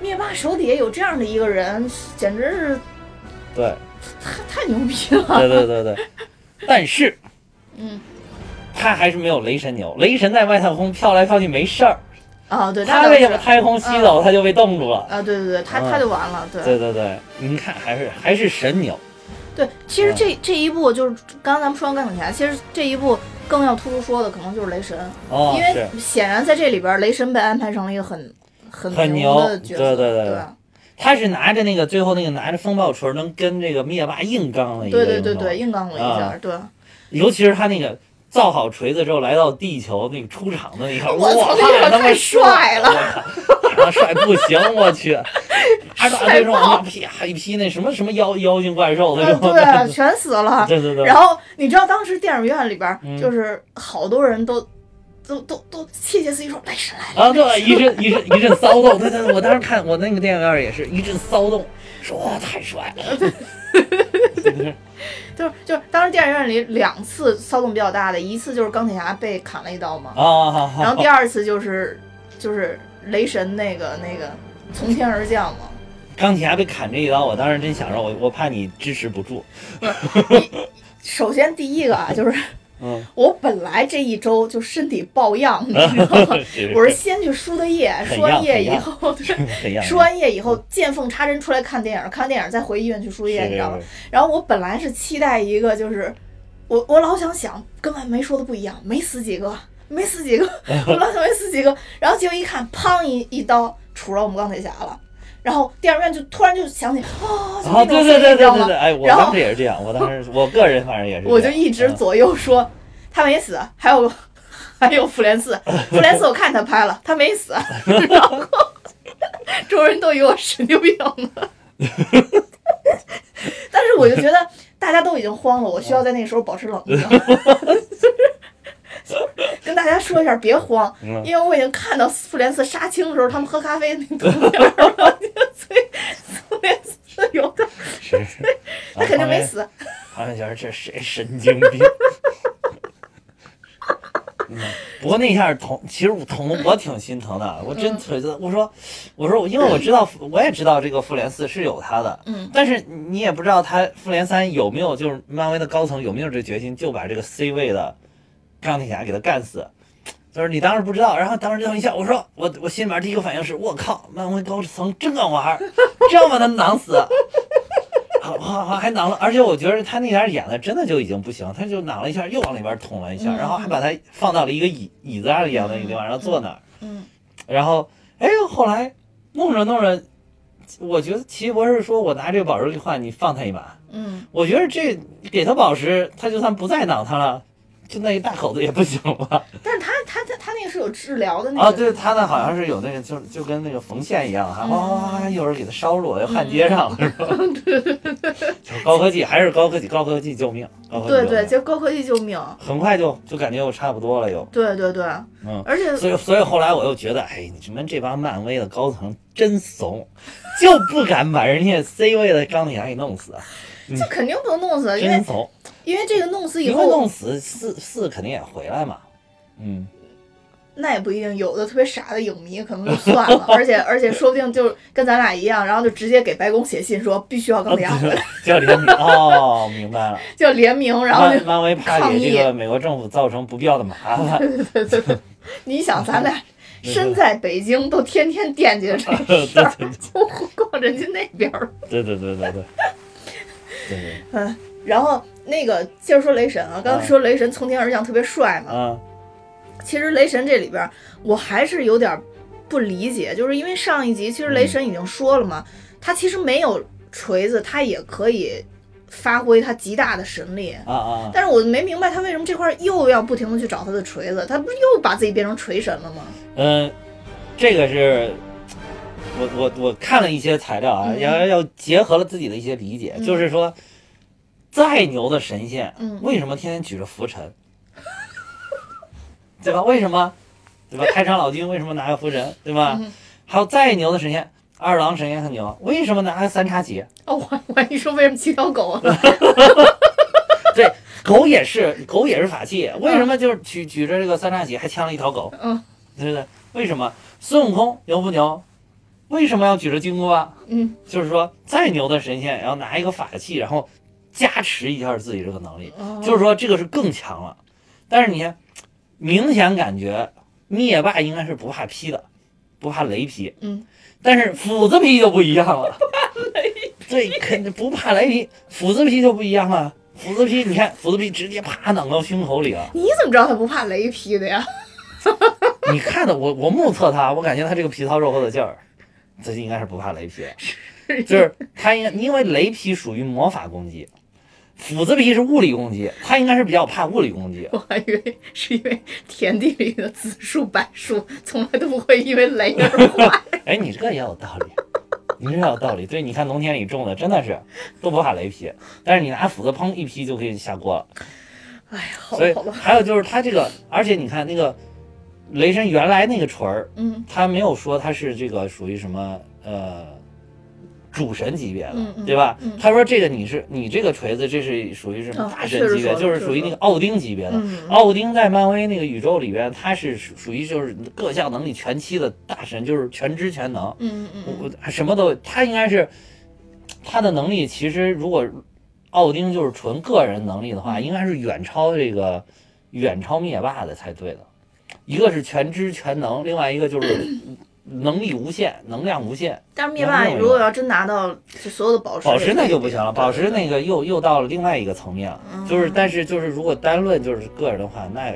A: 灭霸手底下有这样的一个人，简直是
B: 对，
A: 太太牛逼了，
B: 对对对
A: (laughs)
B: 对。但是
A: 嗯。
B: 他还是没有雷神牛，雷神在外太空飘来飘去没事儿，
A: 啊，对，那
B: 他
A: 倒
B: 被
A: 是嗯
B: 太空吸走，他就被冻住了。
A: 啊，对对对，他
B: 嗯
A: 他就完了，对嗯
B: 对对对，你看还是还是神牛，
A: 对。其
B: 嗯
A: 实这这一部就是刚刚咱们说完钢铁侠，其实这一部更要突出说的可能就是雷神，
B: 哦，
A: 因
B: 是
A: 为显然在这里边儿雷神被安排成了一个很很
B: 很
A: 牛的
B: 牛
A: 角
B: 对
A: 色，
B: 对对
A: 对
B: 对他是拿着那个最后那个拿着风暴锤能跟这个灭霸硬刚了一个
A: 对
B: 英雄，
A: 对对对，硬刚了一
B: 啊
A: 下，
B: (laughs)
A: 对。
B: 尤其是他那个造好锤子之后来到地球那个出场的那一刻，
A: 我操
B: 哇，
A: 那个
B: 他妈
A: 太帅了
B: 我靠，他帅不行，我
A: (laughs)
B: 去，啊二大队往那啪一劈那什么什么妖妖精怪兽那
A: 嗯，
B: 种，
A: 对，全死了。
B: 对对对
A: 然，后你知道当时电影院里边儿
B: 嗯
A: 就是好多人都、都都都窃窃私语说雷神来了，
B: 啊对，一阵一阵一阵骚动，对对对，我当时看我那个电影院也是一阵骚动，说哇太帅了，
A: 就是就是当时电影院里两次骚动比较大的，一次就是钢铁侠被砍了一刀嘛，
B: 啊，好
A: 然后
B: 好，
A: 第二次就是就是雷神那个那个从天而降嘛。
B: 钢铁侠被砍这一刀，我当时真想着我我怕你支持不住，
A: 首先第一个
B: (laughs)
A: 啊，就是
B: 嗯，
A: 我本来这一周就身体抱恙，你知道
B: (laughs)
A: 吗？
B: 是
A: 我是先去输的液，
B: 很
A: 输完
B: 样
A: 液
B: 很
A: 以
B: 样
A: 后，对，
B: (laughs) 很样，
A: 输完液以后见缝插针出来看电影，看完电影再回医院去输液，
B: 是
A: 你知道吗？
B: 是
A: 然后我本来是期待一个，就是我我老想想跟外媒说的不一样，没死几个，没死几个，
B: 哎
A: 我老想没死几个，然后结果一看，砰一一刀杵着我们钢铁侠了，然后电影院就突然就响起哦，就
B: 啊，
A: 那种
B: 对
A: 声音你
B: 对对
A: 知
B: 对
A: 道
B: 对
A: 吗
B: 对，？哎，我
A: 然后
B: 当时也是这样，我当时我个人反正也是这样，
A: 我就一直
B: 嗯
A: 左右说他没死，还有 (laughs) 还有复联四，复联四我看他拍了，他没死， (laughs) 然后众人都以为我神经病了。 (laughs) 但是我就觉得大家都已经慌了，我需要在那个时候保持冷静， (laughs) 跟大家说一下别慌，
B: 嗯
A: 因为我已经看到复联四杀青的时候，他们喝咖啡那图片儿了， (laughs) 所以复联四有的
B: 是，
A: (laughs)
B: 是
A: 他肯
B: 啊
A: 定
B: 哎
A: 没。死，
B: 他们觉得这谁神经病。 (laughs) 嗯，不过那一下捅，其实我捅我挺心疼的，我真觉得，我说，我说，因为我知道，我也知道这个复联四是有他的，
A: 嗯，
B: 但是你也不知道他复联三有没有，就是漫威的高层有没有这决心，就把这个 C 位的钢铁侠给他干死，就是你当时不知道，然后当时这么一下，我说，我我心里面第一个反应是，我靠，漫威高层真敢玩儿，这样把他囊死，好好好，啊还囊了，而且我觉得他那点演的真的就已经不行，他就囊了一下，又往里边捅了一下，
A: 嗯
B: 然后还把他放到了一个椅椅子上一样的一个地方，然后坐那儿，
A: 嗯
B: 然后哎，后来弄着弄着，我觉得奇异博士说我拿这个宝石去换，你放他一马，
A: 嗯。
B: 我觉得这给他宝石，他就算不再囊他了。就那一大口子也不行了
A: 但是他他他他那个是有治疗的那个嗯
B: 啊！对，他那好像是有那个，就就跟那个缝线一样，还哇，一会儿给他烧着，又焊接上了，是
A: (laughs)
B: 吧？ (laughs) 就是高科技还是高科技，高科技救命，高科技救
A: 对
B: 命。啊
A: 对，就高科技救命，
B: 很快就就感觉我差不多了又，
A: 对对对，
B: 嗯
A: 而且
B: 所以所以后来我又觉得，哎，你们这帮漫威的高层真怂，就不敢把人家 C 位的钢铁侠给弄死，啊
A: 这肯定不能弄死，因
B: 真
A: 为
B: 怂，
A: 因为这个弄死以
B: 因为
A: 后，
B: 弄死四四肯定也回来嘛，嗯，
A: 那也不一定，有的特别傻的影迷可能就算了，而且而且说不定就跟咱俩一样，然后就直接给白宫写信说必须要
B: 啊 (laughs)
A: 钢铁侠回来，
B: 叫联名哦，明白了，
A: (laughs) 就联名，然后
B: 漫
A: 就
B: 漫威怕
A: 抗
B: 给
A: 议
B: 这个美国政府造成不必要的麻烦，
A: (laughs) 对对对对，你想，咱
B: (laughs)
A: 俩身在北京，都天天惦记着这事儿， (laughs) 就光人家那边儿。
B: 对对对对对，对对
A: 嗯，然后那个接着说雷神啊，刚才说雷神从天而降特别帅嘛，
B: 啊，
A: 其实雷神这里边儿我还是有点儿不理解，就是因为上一集其实
B: 嗯
A: 雷神已经说了嘛，他其实没有锤子，他也可以发挥他极大的神力。
B: 啊啊，
A: 但是我没明白他为什么这块儿又要不停的去找他的锤子，他不是又把自己变成锤神了吗？
B: 嗯，这个是我我我看了一些材料啊，
A: 嗯
B: 要要结合了自己的一些理解，
A: 嗯
B: 就是说，再牛的神仙，
A: 嗯
B: 为什么天天举着拂尘？ (laughs) 对吧？为什么？对吧？太上老君为什么拿个拂尘？对吧？
A: 嗯
B: 还有再牛的神仙，二郎神也很牛，为什么拿个三叉戟？
A: 哦，我我还一说为什么七条狗啊？
B: 对，狗也是，狗也是法器。为什么就是举举着这个三叉戟还牵了一条狗？
A: 嗯，
B: 对不对？为什么孙悟空牛不牛？为什么要举着金箍棒？
A: 嗯
B: 就是说，再牛的神仙也要拿一个法器，然后加持一下自己这个能力。
A: 哦
B: 就是说，这个是更强了。但是你看，明显感觉灭霸应该是不怕劈的，不怕雷劈。
A: 嗯。
B: 但是斧子劈就不一样了。对，肯定不怕雷劈，斧子劈就不一样了。斧子劈，你看斧子劈直接啪挡到胸口里了。
A: 你怎么知道他不怕雷劈的呀？ (laughs)
B: 你看的我，我目测他，我感觉他这个皮糙肉厚的劲儿，这应该是不怕雷劈。就是他应该，因为雷劈属于魔法攻击，斧子劈是物理攻击，他应该是比较怕物理攻击。
A: 我还以为是因为田地里的紫树、柏树从来都不会因为雷而坏。
B: 哎，你这个也有道理，你这个有道理。对，你看农田里种的真的是都不怕雷劈，但是你拿斧子砰一劈就可以下锅了。
A: 哎呀，好
B: 所
A: 吧
B: 以
A: 好吧，
B: 还有就是他这个，而且你看那个雷神原来那个锤儿，
A: 嗯
B: 他没有说他是这个属于什么呃主神级别的，
A: 嗯嗯
B: 对吧？
A: 嗯
B: 他说这个你是你这个锤子，这是属于什么
A: 哦
B: 大神级别，
A: 确实说
B: 就是属于那个奥丁级别的。
A: 嗯
B: 奥丁在漫威那个宇宙里边，他是属属于就是各项能力全期的大神，就是全知全能，
A: 嗯嗯嗯，
B: 我我什么都他应该是他的能力，其实如果奥丁就是纯个人能力的
A: 嗯
B: 话，应该是远超这个远超灭霸的才对的。一个是全知全能，另外一个就是能力无限，能量无限。
A: 但是灭霸如果要真拿到就所有的宝石，
B: 宝石那就不行了，宝石那个又又到了另外一个层面了。
A: 嗯
B: 就是，但是就是如果单论就是个人的话，那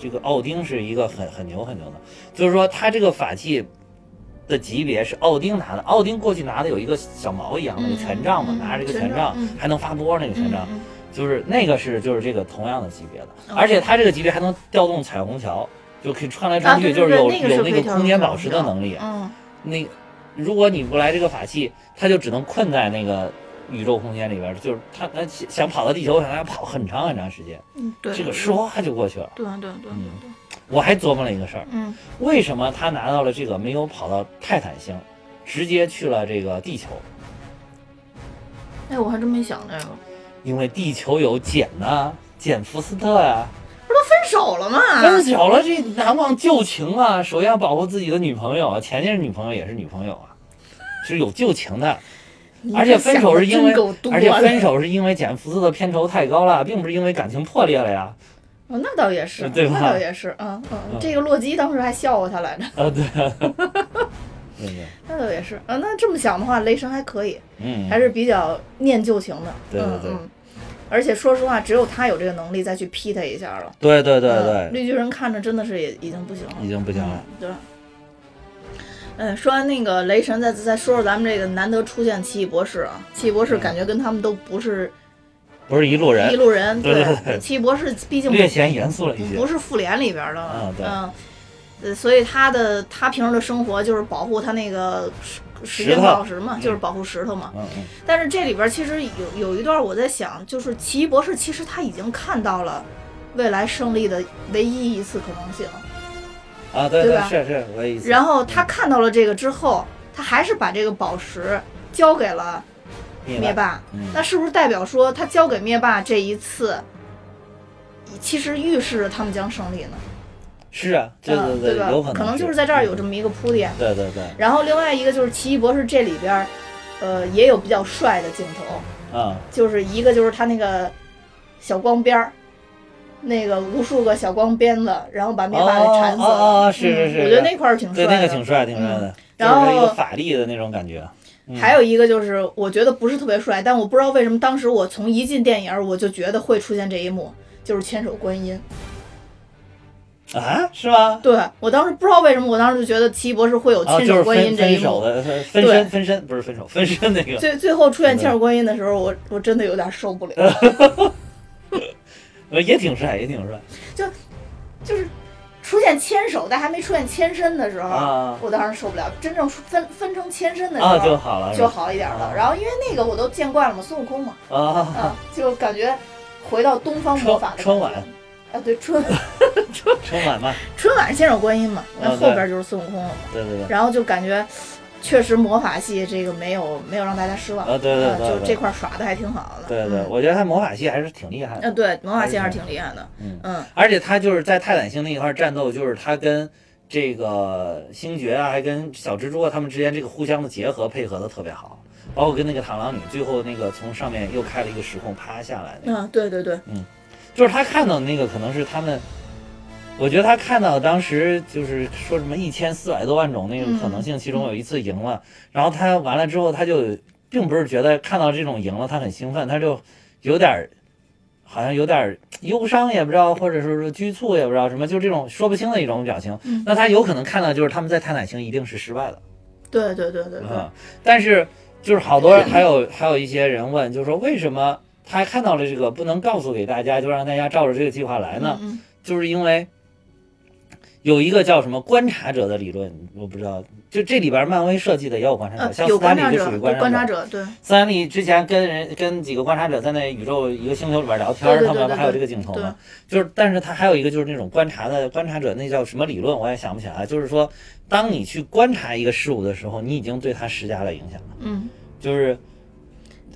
B: 这个奥丁是一个很很牛很牛的，就是说他这个法器的级别是奥丁拿的，奥丁过去拿的有一个小矛一样的
A: 嗯
B: 那个权杖嘛，
A: 嗯
B: 拿着这个
A: 权
B: 权杖
A: 杖嗯
B: 还能发波那个权杖，
A: 嗯
B: 就是那个是就是这个同样的级别的，
A: 哦
B: 而且他这个级别还能调动彩虹桥，就可以穿来穿
A: 啊
B: 去，
A: 对
B: 就是
A: 对
B: 有
A: 对那个
B: 有
A: 是
B: 那
A: 可
B: 个
A: 以调
B: 空
A: 动
B: 间
A: 彩虹
B: 宝石的
A: 桥
B: 能力，啊
A: 嗯
B: 那如果你不来这个法器，它就只能困在那个宇宙空间里边儿，就是它它想想跑到地球，想要跑很长很长时间，
A: 嗯，对，
B: 这个嗯唰就过去了。
A: 对对对对对，
B: 我还琢磨了一个事儿，
A: 嗯
B: 为什么他拿到了这个没有跑到泰坦星，直接去了这个地球？
A: 哎，我还真没想这个，
B: 因为地球有简呐、简福斯特呀、
A: 分手了嘛？
B: 分手了，这难忘旧情啊，首先要保护自己的女朋友啊，前任女朋友也是女朋友啊，是有旧情的。而且分手是因为
A: 你这想得真够，多
B: 而且
A: 的
B: 分手是因为简福斯的片酬太高了，并不是因为感情破裂了呀。
A: 哦，那倒也是，
B: 对吧
A: 那倒也是，啊嗯，这个洛基当时还笑话他来着，
B: 啊，对啊，对对，
A: 那倒也是，啊，那这么想的话，雷神还可以，
B: 嗯，
A: 还是比较念旧情的，
B: 对对对
A: 嗯嗯，而且说实话，只有他有这个能力再去劈他一下了，
B: 对对对
A: 嗯
B: 对，
A: 绿巨人看着真的是也已经不行了，
B: 已经不行了。
A: 嗯，对。嗯，说完那个雷神再，再说说咱们这个难得出现奇异博士啊，奇异博士感觉跟他们都不是
B: 嗯不是一路
A: 一
B: 人，
A: 路人，
B: 对对
A: (laughs)
B: 对
A: 奇异博士毕竟
B: 略显严肃了一些
A: 不。是复联里边的了，
B: 啊对
A: 嗯，呃，所以他的他平时的生活就是保护他那个时时
B: 石
A: 间
B: 头
A: 宝石嘛，就是保护石头嘛。
B: 嗯嗯，
A: 但是这里边其实有有一段我在想，就是奇异博士其实他已经看到了未来胜利的唯一一次可能性，
B: 啊，对
A: 对
B: 对
A: 吧
B: 是是，我也意思。
A: 然后他看到了这个之后，他还是把这个宝石交给了灭
B: 灭，
A: 霸，
B: 嗯
A: 那是不是代表说他交给灭霸这一次，其实预示着他们将胜利呢？
B: 是啊，对
A: 嗯
B: 对，
A: 吧？
B: 有
A: 可
B: 能
A: 就是在这儿有这么一个铺垫。
B: 对对对，
A: 然后另外一个就是奇异博士这里边儿，呃，也有比较帅的镜头，
B: 啊
A: 就是一个就是他那个小光边儿，那个无数个小光鞭子，然后把灭霸给缠死了。
B: 哦哦哦是是是
A: 嗯我觉得那块儿挺帅
B: 对，
A: 的。嗯
B: 那个挺帅，挺帅的，就
A: 然
B: 是它一个
A: 后
B: 法力的那种感觉。嗯
A: 还有一个就是，我觉得不是特别帅，但我不知道为什么当时我从一进电影儿我就觉得会出现这一幕，就是千手观音。
B: 啊，是吗？
A: 对我当时不知道为什么，我当时就觉得奇异博士会有
B: 哦，
A: 千
B: 就是
A: 手观
B: 分
A: 音这
B: 分
A: 一
B: 手
A: 幕。
B: 的分分身分身不是分手分身那个，
A: 最最后出现千手观音的时候，我我真的有点受不了。
B: 嗯呃也挺帅，也挺帅
A: 就是出现牵手，但还没出现牵身的时候，
B: 啊
A: 我当时受不了。真正出分分成牵身的时候、
B: 啊就好了，是
A: 就
B: 吧
A: 好一点了。
B: 啊
A: 然后因为那个我都见惯了嘛，孙悟空嘛，
B: 啊，
A: 啊，就感觉回到东方魔法的
B: 春
A: 感觉
B: 春晚
A: 啊，对春
B: 春晚嘛，
A: 春晚是千手观音嘛，那
B: 啊
A: 后边就是孙悟空了嘛。
B: 对对对，
A: 然后就感觉确实魔法系这个没有没有让大家失望，
B: 啊对对
A: 啊
B: 对
A: 就
B: 对
A: 这块耍的还挺好的。
B: 对对，
A: 嗯
B: 我觉得他魔法系还是挺厉害的，
A: 啊，对，魔法系还是挺厉害的，
B: 嗯
A: 嗯，
B: 而且他就是在泰坦星那一块儿战斗，就是他跟这个星爵啊，还跟小蜘蛛啊，他们之间这个互相的结合配合的特别好，包括跟那个螳螂女最后那个从上面又开了一个时空啪下来那个，
A: 嗯，对对对，
B: 就是他看到的那个可能是他们。我觉得他看到当时就是说什么一千四百多万种那个可能性，其中有一次赢了，然后他完了之后，他就并不是觉得看到这种赢了他很兴奋，他就有点儿好像有点儿忧伤也不知道，或者说是拘促也不知道什么，就这种说不清的一种表情。
A: 嗯
B: 那他有可能看到就是他们在泰坦星一定是失败的。
A: 对对对对对，
B: 嗯，但是就是好多人还有还有一些人问，就是说为什么他看到了这个不能告诉给大家，就让大家照着这个计划来呢？
A: 嗯
B: 就是因为有一个叫什么观察者的理论，我不知道，就这里边漫威设计的也有观察
A: 嗯
B: 者，
A: 呃，
B: 像
A: 有
B: 斯
A: 观
B: 坦
A: 察
B: 利
A: 者，
B: 就属于
A: 有
B: 观
A: 观
B: 察
A: 察
B: 者。
A: 者，对，
B: 斯坦利之前跟人跟几个观察者在那宇宙一个星球里边聊天儿，
A: 对对
B: 他们
A: 对对
B: 还有这个镜头
A: 对
B: 嘛？就是，但是他还有一个就是那种观察的观察者，那叫什么理论我也想不起来。就是说，当你去观察一个事物的时候，你已经对它施加了影响了，
A: 嗯，
B: 就是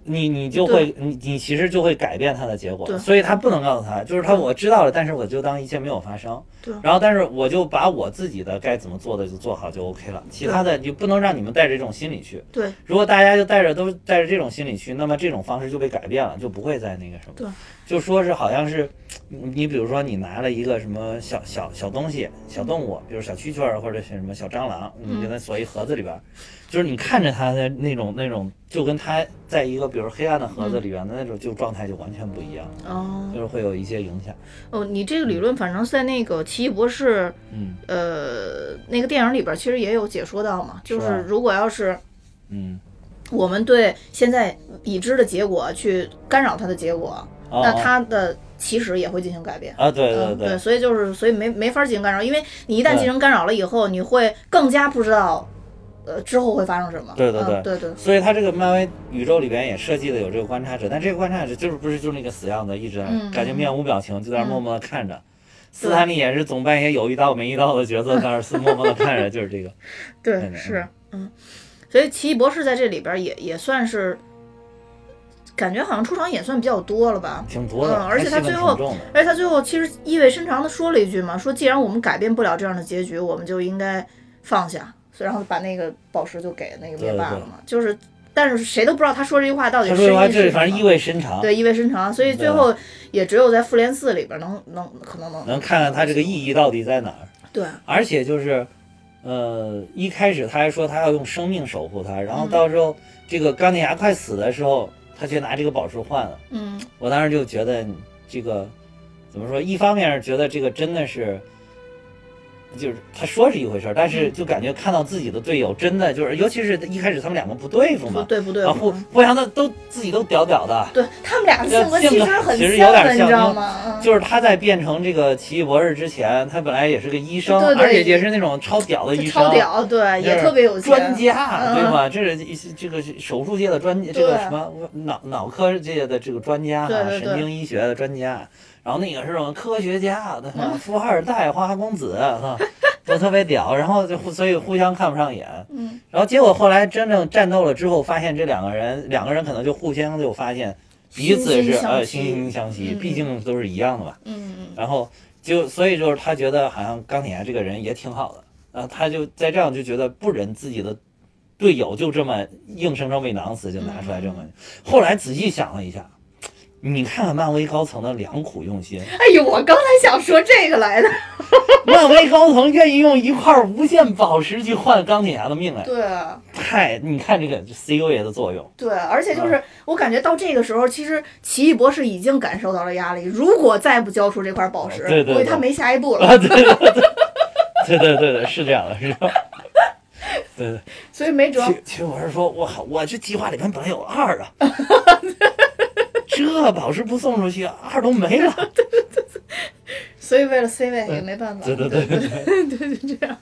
B: 你你就会你你其实就会改变它的结果
A: 对，
B: 所以他不能告诉他，就是他我知道了，但是我就当一切没有发生
A: 对，
B: 然后但是我就把我自己的该怎么做的就做好就 OK 了，其他的你不能让你们带着这种心理去。
A: 对，
B: 如果大家就带着都带着这种心理去，那么这种方式就被改变了，就不会再那个什么。
A: 对，
B: 就说是好像是，嗯你比如说你拿了一个什么小小小东西、小动物，比如小蛐蛐儿或者是什么小蟑螂，你给它锁一盒子
A: 嗯
B: 里边儿，就是你看着它的那种那种，就跟它在一个比如黑暗的盒子里边的那种就状态就完全不一样，
A: 哦
B: 就是会有一些影响。
A: 哦，你这个理论反正在那个《奇异博士》
B: 嗯
A: 呃那个电影里边儿其实也有解说到嘛，就是
B: 吧
A: 是如果要是
B: 嗯，
A: 我们对现在已知的结果去干扰它的结果，
B: 哦
A: 那它的起始也会进行改变。
B: 啊，对对
A: 嗯，对，所以就是，所以没没法进行干扰，因为你一旦
B: 对
A: 进行干扰了以后，你会更加不知道，呃，之后会发生什么。
B: 对对
A: 嗯对对，
B: 所以他这个漫威宇宙里边也设计的有这个观察者，但这个观察者就是不是就是那个死样子，一直在那儿
A: 嗯
B: 感觉面无表情，就在那儿默默的看着。斯坦利也是总扮演有一刀没一刀的角色，在那儿是默默的看着，就是
A: (laughs)
B: 这个。
A: 对
B: 嗯，嗯
A: 是，嗯，所以奇异博士在这里边儿也也算是，嗯感觉好像出场也算比较多了吧。
B: 挺多的，
A: 嗯而且他
B: 戏份
A: 最后
B: 挺重的，
A: 而且他最后其实意味深长的说了一句嘛，说既然我们改变不了这样的结局，我们就应该放下，所以然后把那个宝石就给那个灭霸了嘛。就是，但是谁都不知道他说这句话到底
B: 他
A: 是
B: 说话
A: 意
B: 就是
A: 是
B: 反正
A: 什
B: 意
A: 么
B: 味深长，
A: 对意味深长，所以最后也只有在复联四里边能能可能能
B: 啊能看看他这个意义到底在哪儿。
A: 对
B: 而且就是，呃，一开始他还说他要用生命守护他，然后
A: 嗯
B: 到时候这个钢铁侠快死的时候，他却拿这个宝石换了。
A: 嗯
B: 我当时就觉得这个怎么说？一方面是觉得这个真的是，就是他说是一回事儿，但
A: 嗯
B: 是就感觉看到自己的队友真的就是，尤其是一开始他们两个不对付
A: 不
B: 嘛，
A: 对不对嗯
B: 啊互互相的都自己都屌屌的。
A: 对他们俩的性格
B: 性
A: 其
B: 格
A: 实很
B: 其实有
A: 像
B: 点
A: 的，你
B: 像
A: 知道
B: 因为
A: 吗？嗯
B: 就是他在变成这个奇异博士之前，他本来也是个医生，
A: 对对
B: 而且也是那种超屌的医
A: 就
B: 生，
A: 超屌，对，
B: 就
A: 也
B: 是
A: 特别有钱
B: 专家，
A: 嗯
B: 对吧？这是一些这个是手术界的专，这个
A: 对
B: 什么脑脑科界的这个专家
A: 对
B: 啊，
A: 对对
B: 神经医学的专家。啊然后那个是什么科学家，对吧
A: 嗯
B: 富二代、花花公子，啊，都特别屌。然后就互所以互相看不上眼。
A: 嗯，
B: 然后结果后来真正战斗了之后，发现这两个人，两个人可能就互相就发现彼此
A: 惺
B: 是
A: 惺相
B: 呃惺
A: 惜
B: 惺相惜，
A: 嗯
B: 毕竟都是一样的嘛。
A: 嗯嗯
B: 然后就所以就是他觉得好像钢铁侠这个人也挺好的，然后他就在这样就觉得不忍自己的队友就这么硬生生被囊死，就拿出来这么。后来仔细想了一下，你看看漫威高层的良苦用心，
A: 哎呦，我刚才想说这个
B: (laughs)
A: 来的。
B: 漫威高层愿意用一块无限宝石去换钢铁侠的命哎，
A: 对啊，
B: 太你看这个 CUA 的作用， (laughs)
A: 对啊，而且
B: 嗯
A: 就是我感觉到这个时候，其实奇异博士已经感受到了压力。如果再不交出这块宝石，
B: 哦对对对
A: 估计他没下一步了。
B: 啊对对对对对对对，是这样的，是这样的， (laughs) 对对。
A: 所以没辙，
B: 其其实我是说，我靠，我这计划里面本来有
A: (laughs)
B: 二啊，这宝石不送出去，二都没了。
A: 所以为了 C 位也没办法。
B: 嗯对对对对，
A: (laughs) 对，就这样。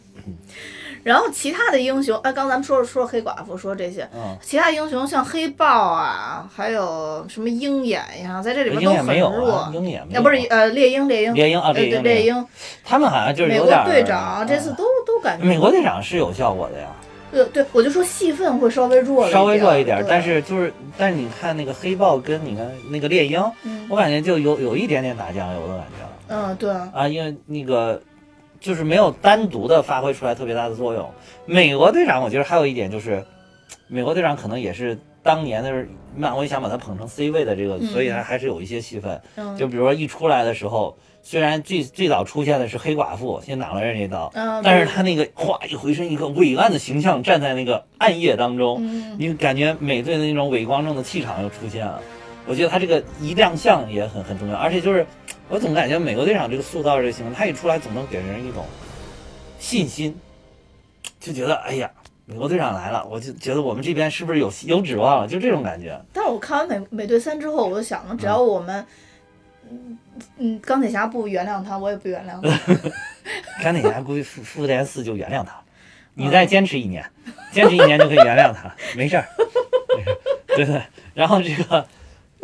A: 然后其他的英雄，哎，刚咱们说了说黑寡妇，说这些，
B: 嗯，
A: 其他英雄像黑豹啊，还有什么鹰眼呀，在这里边
B: 鹰
A: 都
B: 眼
A: 很
B: 没有啊，
A: 弱。
B: 鹰眼没
A: 啊，
B: 有啊，
A: 不是呃，猎鹰，猎鹰，
B: 猎鹰啊，
A: 呃，对，
B: 猎鹰，
A: 猎
B: 鹰，
A: 鹰，
B: 他们好像就是
A: 美
B: 有
A: 国
B: 点儿
A: 队长这次
B: 啊
A: 都都感觉，
B: 美国队长是有效果的呀，
A: 对对，我就说戏份会稍微弱了，
B: 稍微弱一
A: 一
B: 点儿
A: 对，
B: 但是就是，但是你看那个黑豹跟你看那个猎鹰，
A: 嗯
B: 我感觉就有有一点点打酱油的感觉了
A: 嗯，对，
B: 啊，因为那个。就是没有单独的发挥出来特别大的作用。美国队长，我觉得还有一点就是，美国队长可能也是当年的是漫威想把他捧成 C 位的这个，
A: 嗯
B: 所以他还是有一些戏份。
A: 嗯，
B: 就比如说一出来的时候，虽然最最早出现的是黑寡妇，先挡了人家一刀，
A: 嗯，
B: 但是
A: 对
B: 他那个哗一回身，一个伟岸的形象站在那个暗夜当中，
A: 嗯，
B: 你感觉美队的那种伟光正的气场又出现了。我觉得他这个一亮相也很很重要，而且就是我总感觉美国队长这个塑造这个形象，他一出来总能给人一种信心，就觉得哎呀，美国队长来了，我就觉得我们这边是不是有有指望了，就这种感觉。
A: 但是我看完美美队三之后，我就想了，只要我们，嗯嗯，钢铁侠不原谅他，我也不原谅他。
B: 钢铁侠估计复复联四就原谅他了，你再坚持一年，坚持一年就可以原谅他，没事儿，没事儿对对。然后这个，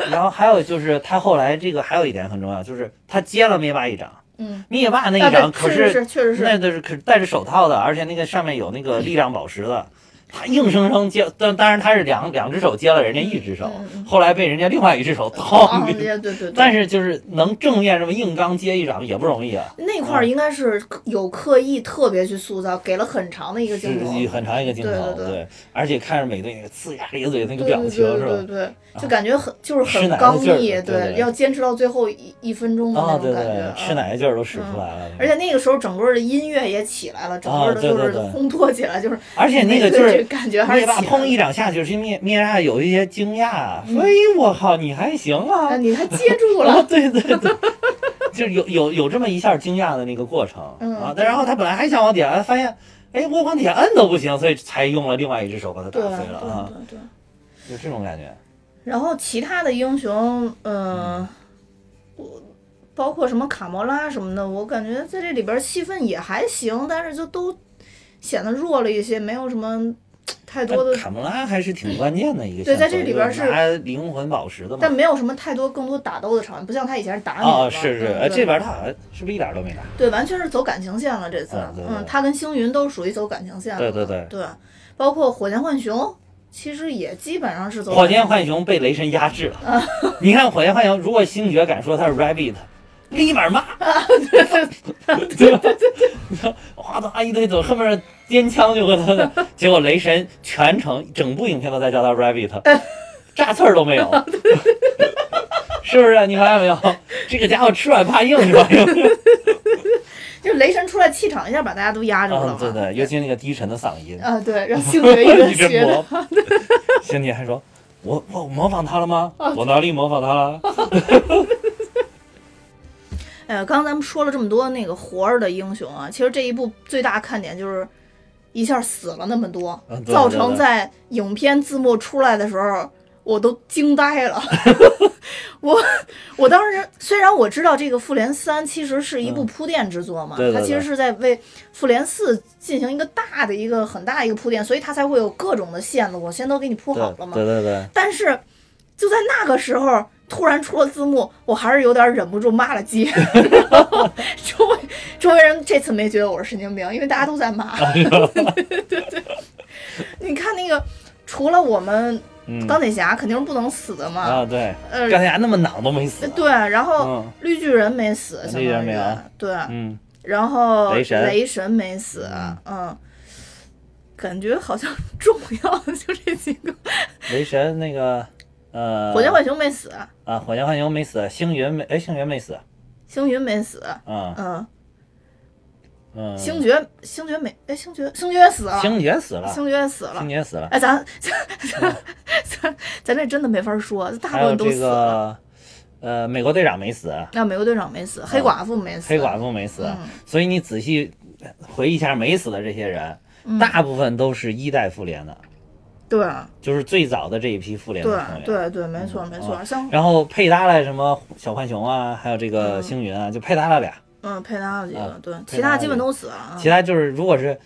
B: 然后还有就是他后来这个还有一点很重要，就是他接了灭霸一掌，
A: 嗯，
B: 灭霸 (laughs) 那
A: 啊对
B: 一掌可
A: 是是确实是，
B: 那都是可戴着手套的，而且那个上面有那个力量宝石的，他硬生生接，当当然他是两两只手接了人家一只手
A: 嗯嗯，嗯
B: 后来被人家另外一只手
A: 啊，
B: 掏
A: 对
B: 给。
A: 对对对。
B: (laughs) 但是就是能正面这么硬刚接一掌也不容易啊。
A: 那块儿应该是有刻意特别去塑造，给了很长的一个
B: 是
A: 镜头，
B: 一很长一个镜头，
A: 对对对
B: 而且看着美队那个呲牙咧嘴那个
A: 对
B: 表
A: 对
B: 情
A: 对
B: 是
A: 对
B: 吧？
A: 对，
B: 啊
A: 就感觉很就是
B: 吃
A: 很
B: 奶的
A: 刚
B: 劲儿
A: 毅，
B: 对对对
A: 要坚持到最后一一分钟的
B: 啊，
A: 那种
B: 对
A: 感觉
B: 对，，吃
A: 啊。
B: 奶的劲儿都使出来了。
A: 而且那个时候整个的音乐也起来了，整个的
B: 啊对
A: 就
B: 对
A: 是
B: 对
A: 烘托起来，就是
B: 而且那个
A: 美队
B: 就
A: 这
B: 是
A: 感觉还是
B: 灭霸
A: 起来
B: 砰
A: 了
B: 一两下，就是灭灭霸有一些惊讶，
A: 嗯
B: 说：“哎，我靠，你还行
A: 啊，
B: (laughs) 啊
A: 你还接！”住
B: 啊，
A: 了，
B: 对对对。 (laughs) 就是有有有这么一下惊讶的那个过程
A: 嗯
B: 啊，但然后他本来还想往底下摁，发现哎我往底下摁都不行，所以才用了另外一只手把他打
A: 对
B: 飞了啊，
A: 对对对。
B: 就这种感觉。
A: 然后其他的英雄，嗯，我包括什么卡魔拉什么的，我感觉在这里边戏份也还行，但是就都显得弱了一些，没有什么太多的
B: 但，卡莫拉还是挺关键的一个
A: 对
B: 线索，
A: 在这里边
B: 就是拿灵魂宝石的嘛，
A: 但没有什么太多更多打斗的场面，不像他以前是打女
B: 哦，
A: 嘛
B: 是是，
A: 对
B: 哎，
A: 对
B: 这边他好像是不是一点儿都没拿？
A: 对，完全是走感情线了这次，
B: 嗯对对
A: 嗯，他跟星云都属于走感情线了，
B: 对对对
A: 对，包括火箭浣熊，其实也基本上是走
B: 火箭浣熊被雷神压制了。 (laughs) 你看火箭浣熊，如果星爵敢说他是 Rabbit，立马骂，对吧？ (laughs) 哗哒一堆走，恨不得掂枪就和他 (laughs) 的。结果雷神全程整部影片都在叫他 Rabbit，炸 (laughs) 刺儿都没 (laughs) 有。是不是？你发现没有？ (laughs) 这个家伙吃软怕硬是 (laughs) 吧？嗯
A: 就雷神出来气场一下把大家都压住了嘛，
B: 嗯，对对，尤其那个低沉的嗓音，
A: 啊，对，让星
B: (laughs)
A: 爵一个
B: 一直
A: 学的
B: 模。仿。 (laughs) 星姐还说：“我我模仿他了吗？
A: 哦
B: 我哪里模仿他了？”
A: 哎呀，刚刚咱们说了这么多那个活着的英雄啊，其实这一部最大看点就是一下死了那么多，
B: 嗯对
A: 造
B: 对
A: 成
B: 对
A: 在影片字幕出来的时候，我都惊呆
B: (laughs)
A: 了。我我当时虽然我知道这个《复联三》其实是一部
B: 嗯
A: 铺垫之作嘛，
B: 对
A: 它
B: 对
A: 其实
B: 对
A: 是在为《复联四》进行一个大的一个很大一个铺垫，所以它才会有各种的线路，我先都给你铺好了嘛。
B: 对对对，
A: 但是就在那个时候，突然出了字幕，我还是有点忍不住骂了
B: (laughs)
A: 街。周围周围人这次没觉得我是神经病，因为大家都在
B: (laughs)
A: 骂。
B: 哎
A: 对对对，你看那个，除了我们
B: 嗯
A: 钢铁侠肯定是不能死的嘛，
B: 啊对，
A: 呃，
B: 钢铁侠那么囊都没死
A: 呃，对，然后。
B: 嗯
A: 绿巨人没死，
B: 绿
A: 相当
B: 巨人
A: 于
B: 没啊
A: 对，
B: 嗯，
A: 然后
B: 雷神
A: 雷神没死，
B: 嗯
A: 嗯，感觉好像重要的就这几个，
B: 雷神那个呃，
A: 火箭浣熊没死，
B: 啊，火箭浣熊没死，星云没，哎，星云没死，
A: 星云没死，
B: 嗯
A: 嗯，
B: 嗯，
A: 星爵星爵没，哎，星爵星爵死了，
B: 星爵死了，
A: 星爵死了
B: 星。爵死了，
A: 哎，咱咱咱咱 (laughs) 咱这真的没法说，大
B: 还
A: 部
B: 有
A: 分都
B: 这
A: 死了。
B: 个，呃，美国队长没死，
A: 那美国队长没死，黑寡妇没死，
B: 嗯黑寡妇没死，
A: 嗯
B: 所以你仔细回忆一下没死的这些人，
A: 嗯
B: 大部分都是一代复联的，
A: 对
B: 就是最早的这一批复联的成
A: 对
B: 员。
A: 对对，
B: 嗯
A: 没错没错，像
B: 然后配搭了什么小浣熊啊，还有这个
A: 嗯
B: 星云啊，就配搭了俩。
A: 嗯佩纳几个，对，
B: 佩
A: 其
B: 纳
A: 他
B: 几
A: 基
B: 个
A: 本都死了啊
B: 其。他就是如果是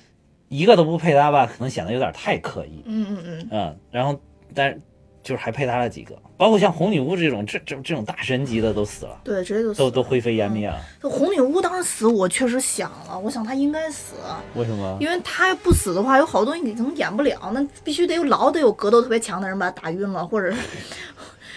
B: 一个都不配搭吧，可能显得有点太刻意。
A: 嗯嗯嗯，
B: 嗯，然后但就是还配搭了几个，包括像红女巫这种这这这种大神级的都死了，
A: 对，直接就死
B: 都
A: 了。
B: 都灰飞烟灭了。
A: 这红女巫当时死，我确实想了，我想她应该死，
B: 为什么？
A: 因为她不死的话，有好多东西你可能演不了，那必须得有老得有格斗特别强的人把她打晕了，或者是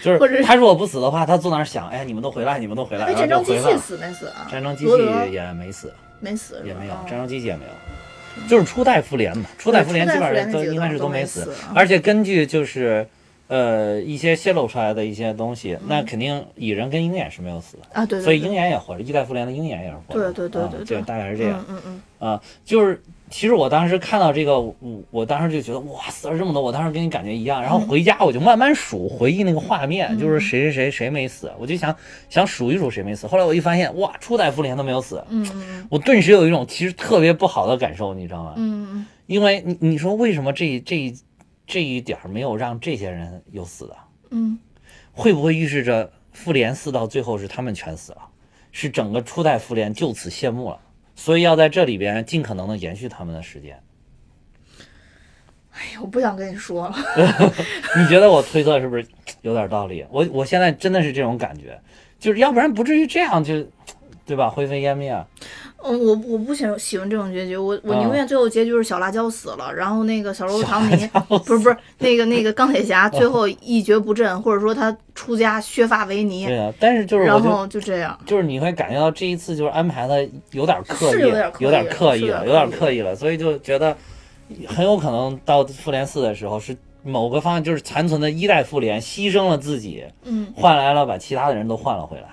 B: 就
A: 或者
B: 是
A: 是
B: 他如果不死的话，他坐那儿想，哎呀，你们都回来，你们都回来，
A: (laughs) 哎，
B: 然后
A: 战
B: 就
A: 争机
B: 回来
A: 器
B: 了。
A: 死没死啊？
B: 战争机
A: 罗
B: 器
A: 德
B: 也没死，
A: 没死
B: 也没
A: 是
B: 有
A: 吧，哦
B: 战争机器也没有，就是初代复联嘛，初代复联基本上
A: 初代复联那
B: 都
A: 几个
B: 应该是
A: 都
B: 没
A: 没
B: 死
A: 死啊，
B: 而且根据就是。呃，一些泄露出来的一些东
A: 嗯
B: 西，那肯定蚁人跟鹰眼是没有死的，
A: 啊，对
B: 所以
A: 对对
B: 鹰眼也活着，一代复联的鹰眼也是活着的，
A: 对对对对
B: 啊
A: 对
B: 就大概是这样。
A: 嗯嗯嗯，
B: 啊，就是其实我当时看到这个，我我当时就觉得哇，死了这么多，我当时跟你感觉一样。
A: 嗯
B: 然后回家我就慢慢数，回忆那个画面，就是谁谁谁谁没死，我就想想数一数谁没死。后来我一发现，哇，初代复联都没有死，
A: 嗯嗯
B: 我顿时有一种其实特别不好的感受，你知道吗？
A: 嗯
B: 因为你你说为什么这一这一这一点儿没有让这些人有死的？
A: 嗯
B: 会不会预示着复联四到最后是他们全死了，是整个初代复联就此谢幕了？所以要在这里边尽可能的延续他们的时间。
A: 哎呀，我不想跟你说了， (laughs)
B: 你觉得我推测是不是有点道理？我我现在真的是这种感觉，就是要不然不至于这样就，对吧？灰飞烟灭。
A: 嗯，我我不喜欢喜欢这种结局，我我
B: 啊
A: 宁愿最后结局是小辣椒死了，然后那个小罗伯特唐尼
B: 小辣椒死哦
A: 不是不是那个那个钢铁侠最后一蹶不振，或者说他出家削发为尼，
B: 对啊，但是就是我
A: 然
B: 就
A: 后就这样，
B: 就是你会感觉到这一次就是安排的有点刻意，
A: 是有点刻意
B: 有点刻意了，
A: 是
B: 有
A: 有
B: 点
A: 点
B: 刻
A: 刻
B: 意了，所以就觉得很有可能到复联四的时候是某个方向就是残存的一代复联牺牲了自己，
A: 嗯
B: 换来了把其他的人都换了回来，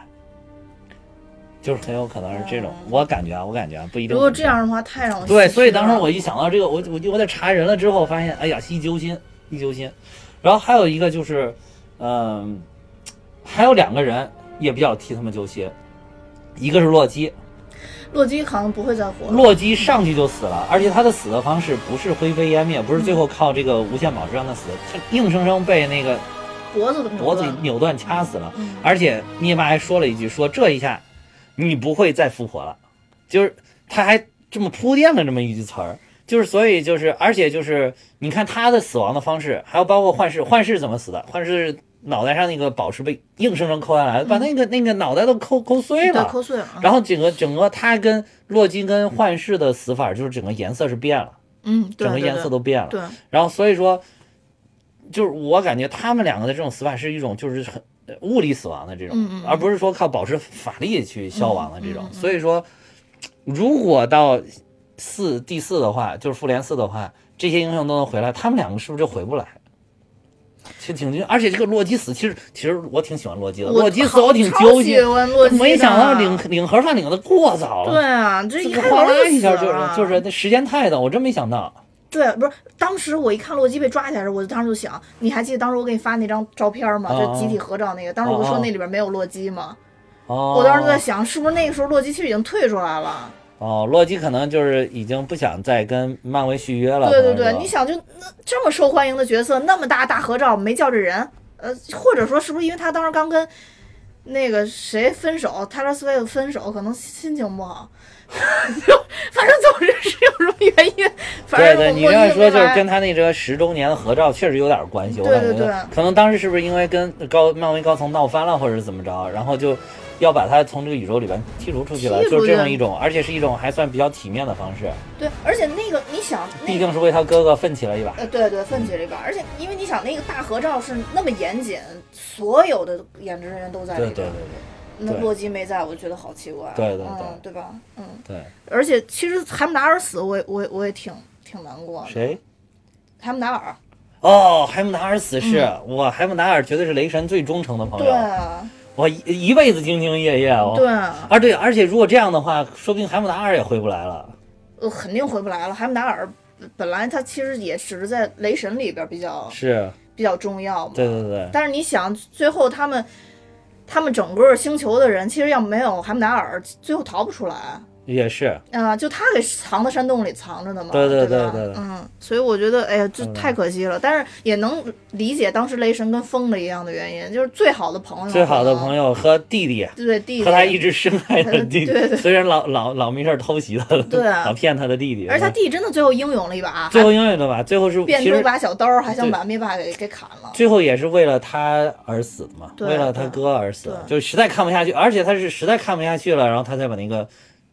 B: 就是很有可能是这种。
A: 嗯
B: 我感觉啊，我感觉啊，不一定。
A: 如果这样的话，太让我
B: 对，
A: 唏嘘
B: 所以当时
A: 了
B: 我一想到这个，我我就我在查人了之后发现，哎呀，一揪心，一揪心。然后还有一个就是，嗯，还有两个人也比较替他们揪心，一个是洛基，
A: 洛基好像不会再活了，
B: 洛基上去就死了，而且他的死的方式不是灰飞烟灭，不是最后靠这个无限宝石让他死，他硬生生被那个
A: 脖子都扭
B: 脖子
A: 断了
B: 扭断掐死了。
A: 嗯
B: 而且灭霸还说了一句：“说这一下，你不会再复活了。”就是他还这么铺垫了这么一句词儿，就是所以就是，而且就是你看他的死亡的方式，还有包括幻视，幻视怎么死的？幻视脑袋上那个宝石被硬生生抠下来，把那个那个脑袋都抠抠碎
A: 嗯对
B: 了。
A: 抠碎了啊，
B: 然后整个整个他跟洛基跟幻视的死法，就是整个颜色是变了，
A: 嗯，对
B: 整个
A: 对
B: 颜
A: 对
B: 色都变了。
A: 对，
B: 然后所以说，就是我感觉他们两个的这种死法是一种就是很呃物理死亡的这种，
A: 嗯嗯嗯
B: 而不是说靠保持法力去消亡的这种。
A: 嗯嗯嗯
B: 所以说，如果到四第四的话，就是复联四的话，这些英雄都能回来，他们两个是不是就回不来？其实挺，而且这个洛基死，其实其实我挺喜欢洛基的，
A: 我
B: 洛基死
A: 好
B: 我挺
A: 超
B: 揪
A: 喜
B: 心，
A: 欢洛基的，
B: 没想到领领盒饭领的过早
A: 对
B: 了，
A: 啊，这一
B: 这个
A: 开
B: 哗
A: 头
B: 啦
A: 就
B: 一
A: 死
B: 下就是
A: 了
B: 就是那时间太短，我真没想到。
A: 对，不是，当时我一看洛基被抓起来的时候，我就当时就想，你还记得当时我给你发那张照片吗？
B: 啊
A: 就集体合照那个，当时我不是
B: 啊
A: 说那里边没有洛基吗？
B: 哦，
A: 我当时就在想，是不是那个时候洛基其实已经退出来了？
B: 哦，洛基可能就是已经不想再跟漫威续约了。
A: 对对
B: 可
A: 对，
B: 能是
A: 你想就那这么受欢迎的角色，那么大大合照没叫这人，呃，或者说是不是因为他当时刚跟那个谁分手，Taylor Swift 分手，可能心情不好， (laughs) 就反正总是是有什么原因，反
B: 对
A: 正
B: 对，
A: 我
B: 你
A: 我
B: 这样
A: 就
B: 说
A: 没
B: 就是
A: 来
B: 跟他那个十周年的合照确实有点关系，我
A: 对
B: 感
A: 对
B: 觉
A: 对
B: 可能当时是不是因为跟高漫威高层闹翻了，或者是怎么着，然后就要把他从这个宇宙里边剔除出去了，
A: 剔
B: 就是
A: 出
B: 这
A: 去嗯
B: 么一种，而且是一种还算比较体面的方式，
A: 对，而且那个你想那
B: 毕
A: 个。
B: 竟是为他哥哥奋起了一把。
A: 呃，对对，奋起了一把，而且因为你想，那个大合照是那么严谨，所有的演职人员都在
B: 对
A: 里
B: 对对
A: 边。那
B: 对
A: 洛基没在，我觉得好奇怪。
B: 对对
A: 嗯，对吧？嗯，
B: 对
A: 而且其实海姆达尔死我也，我也我也挺挺难过
B: 对，
A: 的。
B: 谁？
A: 海姆达尔，
B: 哦，海姆达尔死士，哇，海姆达尔绝对是雷神最忠诚的朋
A: 嗯对
B: 友，
A: 啊，
B: 哇，一一辈子兢兢业业哦。
A: 对啊，
B: 啊，对，而且如果这样的话，说不定海姆达尔也回不来了。
A: 呃，肯定回不来了。海姆达尔本来他其实也只是在雷神里边比较
B: 是，
A: 比较重要嘛，
B: 对对对，
A: 但是你想，最后他们他们整个星球的人，其实要没有海姆达尔，最后逃不出来啊、
B: 也是，
A: 就他给藏在山洞里藏着呢嘛，
B: 对
A: 对
B: 对对
A: 吧
B: 对对
A: 嗯，所以我觉得，哎呀，这
B: 嗯
A: 太可惜了。但是也能理解当时雷神跟疯了一样的原因，就是最好的朋友，
B: 最好的朋
A: 友，
B: 友和弟弟，
A: 对弟弟，
B: 和他一直深爱的弟弟，
A: 对对对
B: 虽然老老老没事儿偷袭他，
A: 对啊
B: 老骗他的弟弟，
A: 而且他
B: 嗯
A: 弟弟真的最后英勇了一把，啊
B: 最
A: 还
B: 后因为的吧，最后是
A: 变
B: 其
A: 出
B: 实
A: 把小刀，还想
B: 对
A: 把灭霸给给砍了。
B: 最后也是为了他而死的嘛，
A: 对
B: 为了他哥而死的，
A: 对
B: 就实在看不下去，而且他是实在看不下去了，然后他才把那个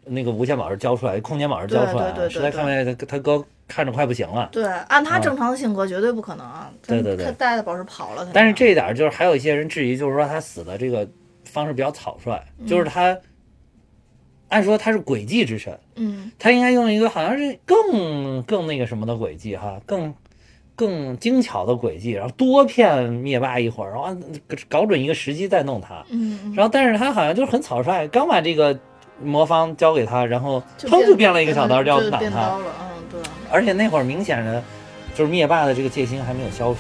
B: 那个无限宝石交出来，空间宝石交出
A: 对
B: 来
A: 对对对
B: 了，实在看不下去，他他哥看着快不行了。
A: 对，按他
B: 嗯
A: 正常的性格，绝对不可能啊！他
B: 对对对
A: 他带着宝石跑了，肯定啊
B: 但是这一点儿就是还有一些人质疑，就是说他死的这个方式比较草率，就是他按说他是诡计之神，
A: 嗯，
B: 他应该用一个好像是更更那个什么的诡计哈，更更精巧的诡计，然后多骗灭霸一会儿，然后按搞准一个时机再弄他。
A: 嗯嗯，
B: 然后但是他好像就是很草率，刚把这个魔方交给他，然后砰
A: 变
B: 就变了一个小刀，
A: 嗯
B: 就要
A: 就
B: 挡
A: 变
B: 他。
A: 刀了，嗯，对，
B: 而且那会儿明显的，就是灭霸的这个戒心还没有消除，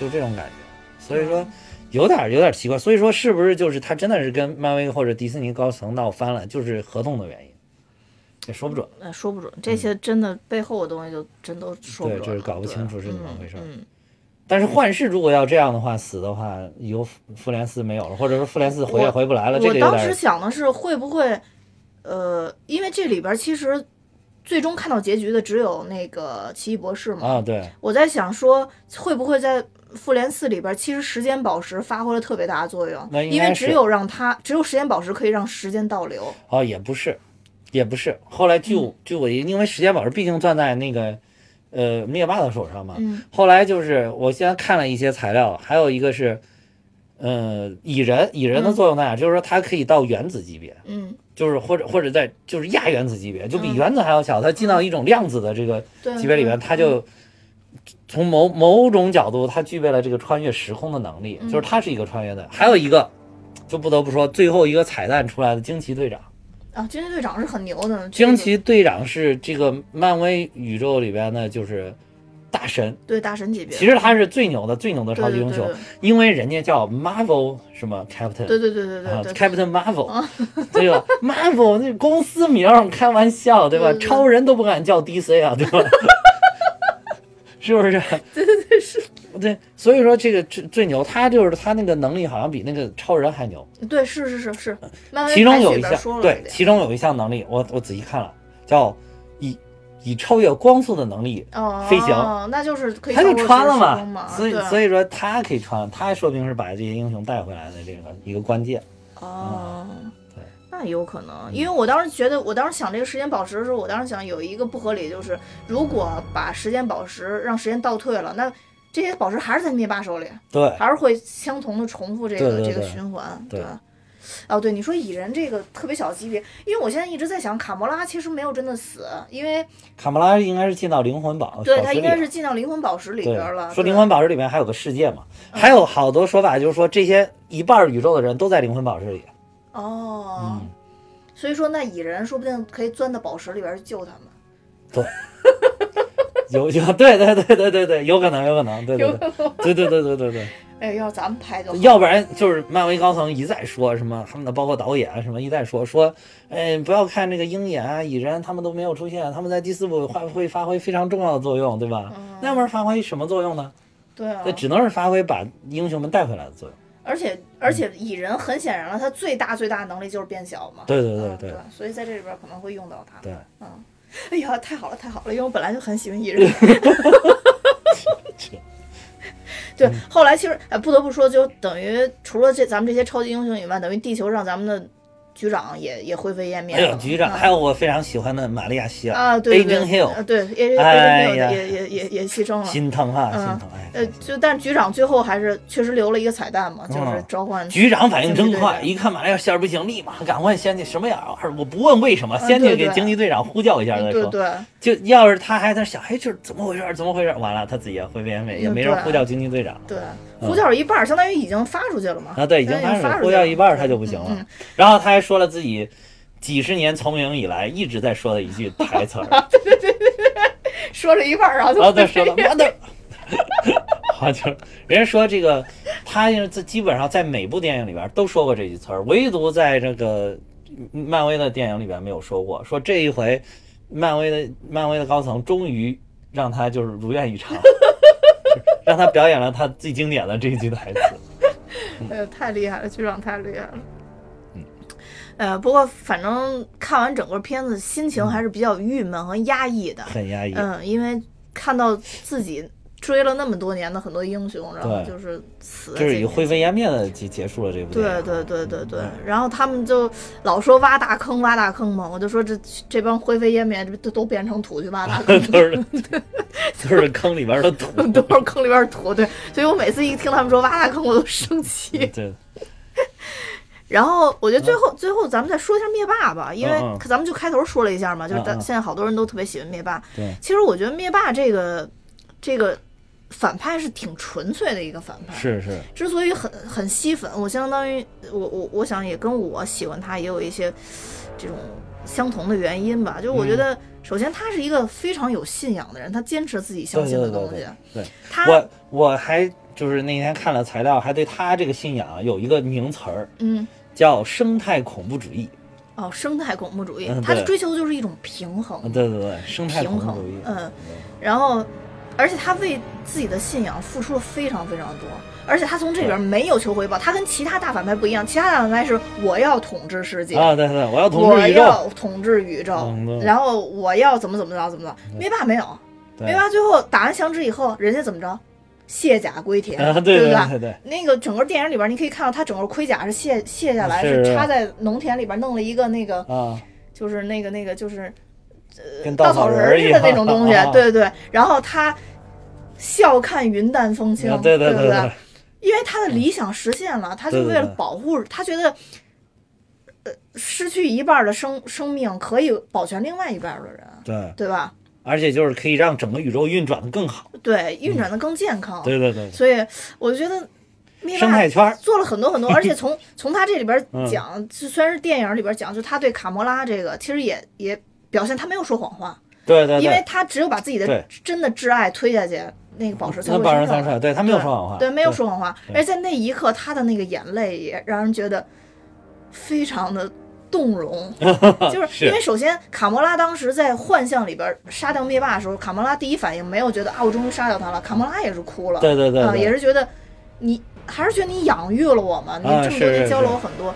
B: 就这种感觉。所以
A: 嗯
B: 说。有点有点奇怪，所以说是不是就是他真的是跟漫威或者迪士尼高层闹翻了，就是合同的原因，也说不准。
A: 哎，说不准这些真的背后的东西就真都说不
B: 对
A: 准了，
B: 就是搞不清楚是
A: 对
B: 怎么回事儿
A: 嗯，嗯
B: 但是幻视如果要这样的话，死的话，以后复复联四没有了，或者说复联四回也回不来了，这
A: 我
B: 个有
A: 当
B: 点
A: 时
B: 儿
A: 想的是会不会，呃，因为这里边其实最终看到结局的只有那个奇异博士嘛，
B: 啊，对，
A: 我在想说会不会在。复联四里边，其实时间宝石发挥了特别大的作用，
B: 那应
A: 因
B: 该
A: 为
B: 是
A: 只有让它，只有时间宝石可以让时间倒流。
B: 哦，也不是，也不是。后来据
A: 嗯
B: 我据我因为时间宝石毕竟攥在那个呃灭霸的手上嘛，
A: 嗯
B: 后来就是我现在看了一些材料，还有一个是，呃，蚁人蚁人的
A: 嗯
B: 作用在哪？就是说它可以到原子级别，
A: 嗯，
B: 就是或者或者在就是亚原子级别，就比
A: 嗯
B: 原子还要小，它进到一种量子的这个。
A: 对，
B: 级别里面，
A: 对
B: 他就从某某种角度，他具备了这个穿越时空的能力，
A: 嗯
B: 就是他是一个穿越的。还有一个，就不得不说最后一个彩蛋出来的惊奇队长，
A: 啊，惊奇队长是很牛的，这
B: 惊
A: 个
B: 奇队长是这个漫威宇宙里边的，就是大神。
A: 对大神级别，
B: 其实他是最牛的，最牛的超级英雄
A: 对，
B: 因为人家叫 Marvel 什么 Captain，
A: 对对对对
B: 啊
A: 对哦对对，
B: ，Captain Marvel，对 (laughs) 吧？Marvel 那公司名儿开玩笑，对吧？
A: 对对对
B: 超人都不敢叫 DC 啊，对吧？ (laughs) 是不是？对对对，是。对，所以说这个最最牛，他就是他那个能力好像比那个超人还牛。
A: 对，是是是是，漫威
B: 呃其中
A: 派系
B: 有
A: 里
B: 一
A: 边说
B: 项，
A: 了
B: 对，
A: 这点
B: 其中有一项能力，我我仔细看了，叫以以超越光速的能力，
A: 哦，
B: 飞行
A: 哦，那就是可以
B: 他就穿了
A: 嘛，
B: 嘛。所
A: 对
B: 以所以说他可以穿，他说明是把这些英雄带回来的这个一个关键。
A: 哦
B: 嗯对。
A: 那有可能，因为我当时觉得，我当时想这个时间宝石的时候，我当时想有一个不合理，就是如果把时间宝石让时间倒退了，那这些宝石还是在灭霸手里，
B: 对，
A: 还是会相同的重复这个
B: 哎对对
A: 这个
B: 对
A: 循环，
B: 对
A: 吧哦，对，你说蚁人这个特别小的级别，因为我现在一直在想，卡魔拉其实没有真的死，因为
B: 卡魔拉应该是进到灵魂堡，
A: 对
B: 宝
A: 他
B: 石
A: 应
B: 里
A: 该
B: 了
A: 是进到灵魂宝石里
B: 啊对，
A: 边了。嗯对
B: 说灵魂宝石里面还有个世界嘛，还有好多说法就是说这些一半宇宙的人都在灵魂宝石里。
A: 哦，
B: 嗯
A: 所以说那蚁人说不定可以钻到宝石里边去救他们。
B: 有有对对对对对对，有可能有可能，对对对对对对对对对，
A: 哎，要是咱们拍就好
B: 要不然就是漫威高层一再说什么他们的包括导演啊什么一再说说，哎不要看这个鹰眼啊蚁人他们都没有出现，他们在第四部会会发挥非常重要的作用，对吧？
A: 嗯
B: 那要不然发挥什么作用呢？
A: 对啊
B: 那，只能是发挥把英雄们带回来的作用。
A: 而且而且蚁人很显然了，他最大最大的能力就是变小嘛。
B: 对对对
A: 嗯
B: 对
A: 对，所以在这里边可能会用到他。
B: 对，
A: 嗯，哎呀，太好了太好了，因为我本来就很喜欢蚁
B: (laughs)
A: 人。对，
B: 嗯
A: 后来其实哎，不得不说，就等于除了这咱们这些超级英雄以外，等于地球上咱们的局长也也灰飞烟灭
B: 还有
A: 了。
B: 哎局长，
A: 啊
B: 还有我非常喜欢的玛利亚希尔
A: 啊，对对
B: Agent Hill
A: 对，对也也
B: 哎呀
A: 也也也也牺牲了。
B: 心疼啊，
A: 嗯
B: 心疼！哎，
A: 呃，就但是局长最后还是确实留了一个彩蛋嘛，就是
B: 嗯
A: 召唤
B: 局长反应真
A: 对对
B: 快，
A: 对
B: 一看玛利亚希尔不行，立马赶快先去什么样儿？我不问为什么，
A: 嗯
B: 先去
A: 对
B: 给
A: 对嗯
B: 惊奇队长呼叫一下再
A: 对
B: 说。
A: 对，
B: 就要是他还在想，哎，这怎么回事儿？怎么回事儿？完了，他自己也灰飞烟灭，也
A: 嗯
B: 没人
A: 对
B: 呼叫惊奇队长
A: 对，
B: 嗯
A: 呼叫了一半儿，相当于已经发出去了嘛。
B: 啊。对，已经
A: 嗯
B: 开始
A: 发出
B: 呼
A: 去
B: 叫
A: 了
B: 一半儿他就不行
A: 嗯
B: 了。然后他还说了自己几十年从影以来一直在说的一句台词儿，
A: (laughs) 说了一半儿，然后
B: (laughs) 然后
A: 就
B: 再啊说了 mother，好像就是人家说这个，他就是在基本上在每部电影里边都说过这句词儿，唯独在这个漫威的电影里边没有说过。说这一回，漫威的漫威的高层终于让他就是如愿以
A: (laughs)
B: 偿，让他表演了他最经典的这一句台词。
A: (laughs)
B: (laughs)
A: 呃，太厉害了，局长太厉害了。
B: 嗯，
A: 呃，不过反正看完整个片子，心情还是比较郁闷和压抑的。
B: 嗯很压抑，
A: 嗯，因为看到自己追了那么多年的很多英雄，然后
B: 对
A: 就是死在
B: 就是
A: 这
B: 以
A: 里
B: 灰飞啊烟灭的结结束了这部电影。
A: 对对对对
B: 嗯
A: 对，然后他们就老说挖大坑挖大坑嘛，我就说这这帮灰飞烟灭，这都都变成土去挖大坑，
B: (laughs) 都是
A: (laughs)
B: 都是坑里边的土。
A: 都是坑里边土。对，所以我每次一听他们说挖大坑，我都生气。
B: 对，
A: (laughs) 然后我觉得最后、最后咱们再说一下灭霸吧，因为
B: 嗯嗯嗯
A: 咱们就开头说了一下嘛，就是咱
B: 嗯嗯
A: 现在好多人都特别喜欢灭霸。
B: 对
A: 其实我觉得灭霸这个这个反派是挺纯粹的一个反派，
B: 是是，
A: 之所以很很吸粉，我相当于我我我想也跟我喜欢他也有一些这种相同的原因吧。就是我
B: 嗯
A: 觉得，首先他是一个非常有信仰的人，他坚持自己相
B: 对
A: 信
B: 对
A: 的
B: 对
A: 东
B: 对
A: 西。
B: 对。
A: 他
B: 我我还就是那天看了材料，还对他这个信仰有一个名词儿，
A: 嗯
B: 叫生态恐怖主义。
A: 哦，生态恐怖主义，
B: 嗯
A: 他
B: 对
A: 追求的就是一种平衡。
B: 啊，对对对，生态恐
A: 平
B: 怖
A: 衡
B: 主义。
A: 嗯，然后，而且他为自己的信仰付出了非常非常多，而且他从这里边没有求回报，他跟其他大反派不一样，其他大反派是我要统治世界。
B: 啊，对对，对我要统
A: 我
B: 治宇宙。
A: 要统治宇宙，
B: 嗯对嗯
A: 然后我要怎么怎么着怎么着，灭霸没有，
B: 对
A: 灭霸最后打完响指以后，人家怎么着，卸甲归田，
B: 啊，
A: 对
B: 对
A: 吧
B: 对？对，
A: 那个整个电影里边，你可以看到他整个盔甲是卸卸下来，
B: 是
A: 是插在农田里边弄了一个那个，
B: 啊，
A: 就是那个那个就是
B: 跟
A: 呃稻
B: 草
A: 人
B: 儿
A: 儿
B: 一
A: 似
B: 样
A: 的那种东西，
B: (laughs) 啊
A: 对对对。然后他笑看云淡风轻，
B: 啊对对
A: 不
B: 对对，
A: 因为他的理想实现了，他就
B: 对对
A: 为了
B: 对
A: 保护，他觉得，呃，失去一半儿的生生命可以保全另外一半儿的人，
B: 对，
A: 对吧？
B: 而且就是可以让整个宇宙运转的更好。
A: 对，运转的更健康。
B: 嗯对对对，
A: 所以我觉得灭
B: 生
A: 霸
B: 态圈儿。
A: 做了很多很多，而且
B: (laughs)
A: 从从他这里边
B: 嗯
A: 儿讲，就虽然是电影里边儿讲，就他对卡魔拉这个，其实也也表现他没有说谎话，
B: 对对
A: 因为
B: 对，
A: 他只有把自己的
B: 对
A: 真的挚爱推下去，那个宝石才
B: 那
A: 会
B: 帮人
A: 生
B: 三
A: 出来
B: 帅，对他没有说谎话。
A: 对，没有说谎话。
B: 对
A: 而在那一刻，他的那个眼泪也让人觉得非常的动
B: (laughs)
A: 容，就是
B: 是
A: 因为首先卡魔拉当时在幻象里边杀掉灭霸的时候，卡魔拉第一反应没有觉得啊，我终于杀掉他了，卡魔拉也是哭了，
B: 对对对
A: 啊，
B: 对
A: 也是觉得你还是觉得你养育了我嘛，你
B: 啊
A: 这么
B: 是
A: 多
B: 是
A: 年教了
B: 是
A: 我很多，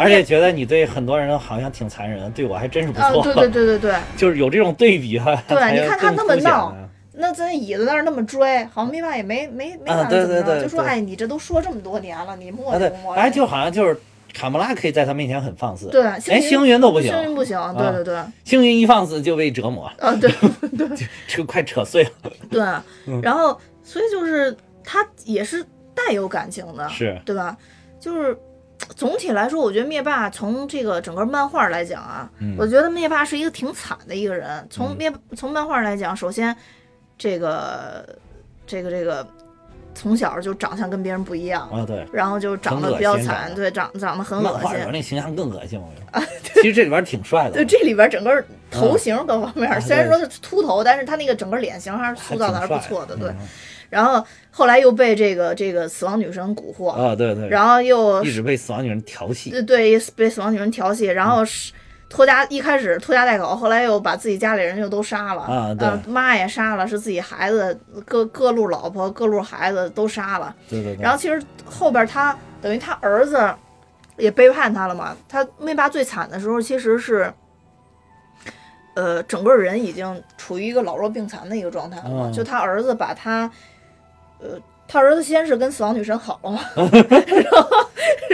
B: 而且觉得你对很多人好像挺残忍，对我还真是不
A: 啊，
B: 错。
A: 对对对对对。
B: 就是有这种对比哈。
A: 对
B: 才
A: 你看他
B: 更
A: 那么
B: 凸显啊
A: 闹
B: 呢，
A: 那在椅子那儿那么追，好像灭霸也没没没
B: 啊
A: 法怎么
B: 对对对
A: 着，就说
B: 对
A: 哎，你这都说这么多年了，你磨
B: 啊，对
A: 叽磨，叽。
B: 哎，就好像就是卡莫拉可以在他面前很放肆，
A: 对，
B: 连星云都不行，啊
A: 星云不行，对对对，
B: 星云一放肆就被折磨，
A: 啊
B: (laughs)
A: 对
B: 这快扯碎了。嗯
A: 对，然后所以就是他也是带有感情的，
B: 是，
A: 对吧？就是总体来说，我觉得灭霸从这个整个漫画来讲啊，
B: 嗯
A: 我觉得灭霸是一个挺惨的一个人。从
B: 嗯
A: 灭、从漫画来讲，首先这个这个这个从小就长相跟别人不一样。
B: 啊，对，
A: 然后就长得
B: 很恶
A: 比较
B: 心
A: 惨，
B: 长得
A: 对，长长得很
B: 漫
A: 恶心
B: 画
A: 啊
B: 里。边那形象更恶心，我觉得。其实这里边挺帅
A: 对，
B: 的，
A: 这里边整个头型各方面，
B: 啊
A: 虽然说是秃头，但是他那个整个脸型还是
B: 还
A: 塑
B: 挺
A: 造的
B: 帅
A: 还是不错的，对。
B: 嗯
A: 然后后来又被这个这个死亡女神蛊惑，
B: 啊，对对，
A: 然后又
B: 一直被死亡女人调戏，
A: 对对被死亡女神调戏，然
B: 嗯
A: 后是拖家一开始拖家带口，后来又把自己家里人又都杀了，
B: 啊对
A: 呃妈也杀了，是自己孩子各各路老婆各路孩子都杀了。
B: 对对对。
A: 然后其实后边他等于他儿子也背叛他了嘛。他灭霸最惨的时候其实是，呃，整个人已经处于一个老弱病残的一个状态了嘛。
B: 嗯
A: 就他儿子把他，呃，他儿子先是跟死亡女神好了嘛，然后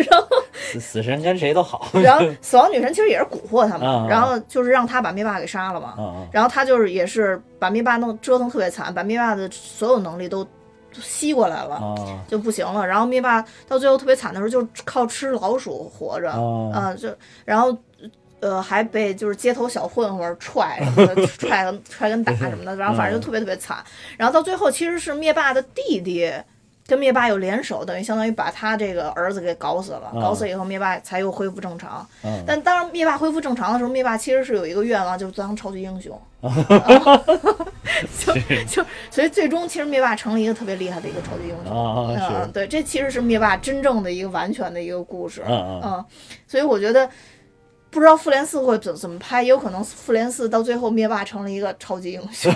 A: 然后
B: 死死神跟谁都好。
A: (laughs)
B: (laughs)
A: 然后死亡女神其实也是蛊惑他
B: 嗯嗯
A: 们，然后就是让他把灭霸给杀了嘛。
B: 嗯
A: 然后他就是也是把灭霸弄折腾特别惨，把灭霸的所有能力都都吸过来了，
B: 嗯啊
A: 就不行了。然后灭霸到最后特别惨的时候，就靠吃老鼠活着，
B: 啊
A: 啊，就然后呃还被就是街头小混混踹什么的，踹跟踹跟打什么的，然后反正
B: 嗯
A: 就特别特别惨。然后到最后其实是灭霸的弟弟。跟灭霸有联手，等于相当于把他这个儿子给搞死了。
B: 嗯
A: 搞死以后，灭霸才又恢复正常。
B: 嗯
A: 但当灭霸恢复正常的时候，灭霸其实是有一个愿望，就是当超级英雄。
B: 哦
A: (laughs) 就就所以最终其实灭霸成了一个特别厉害的一个超级英雄。
B: 啊
A: 嗯，
B: 是
A: 对，这其实是灭霸真正的一个完全的一个故事。
B: 嗯嗯
A: 嗯，所以我觉得不知道复联四会怎怎么拍，也有可能复联四到最后灭霸成了一个超级英
B: (laughs)
A: 雄。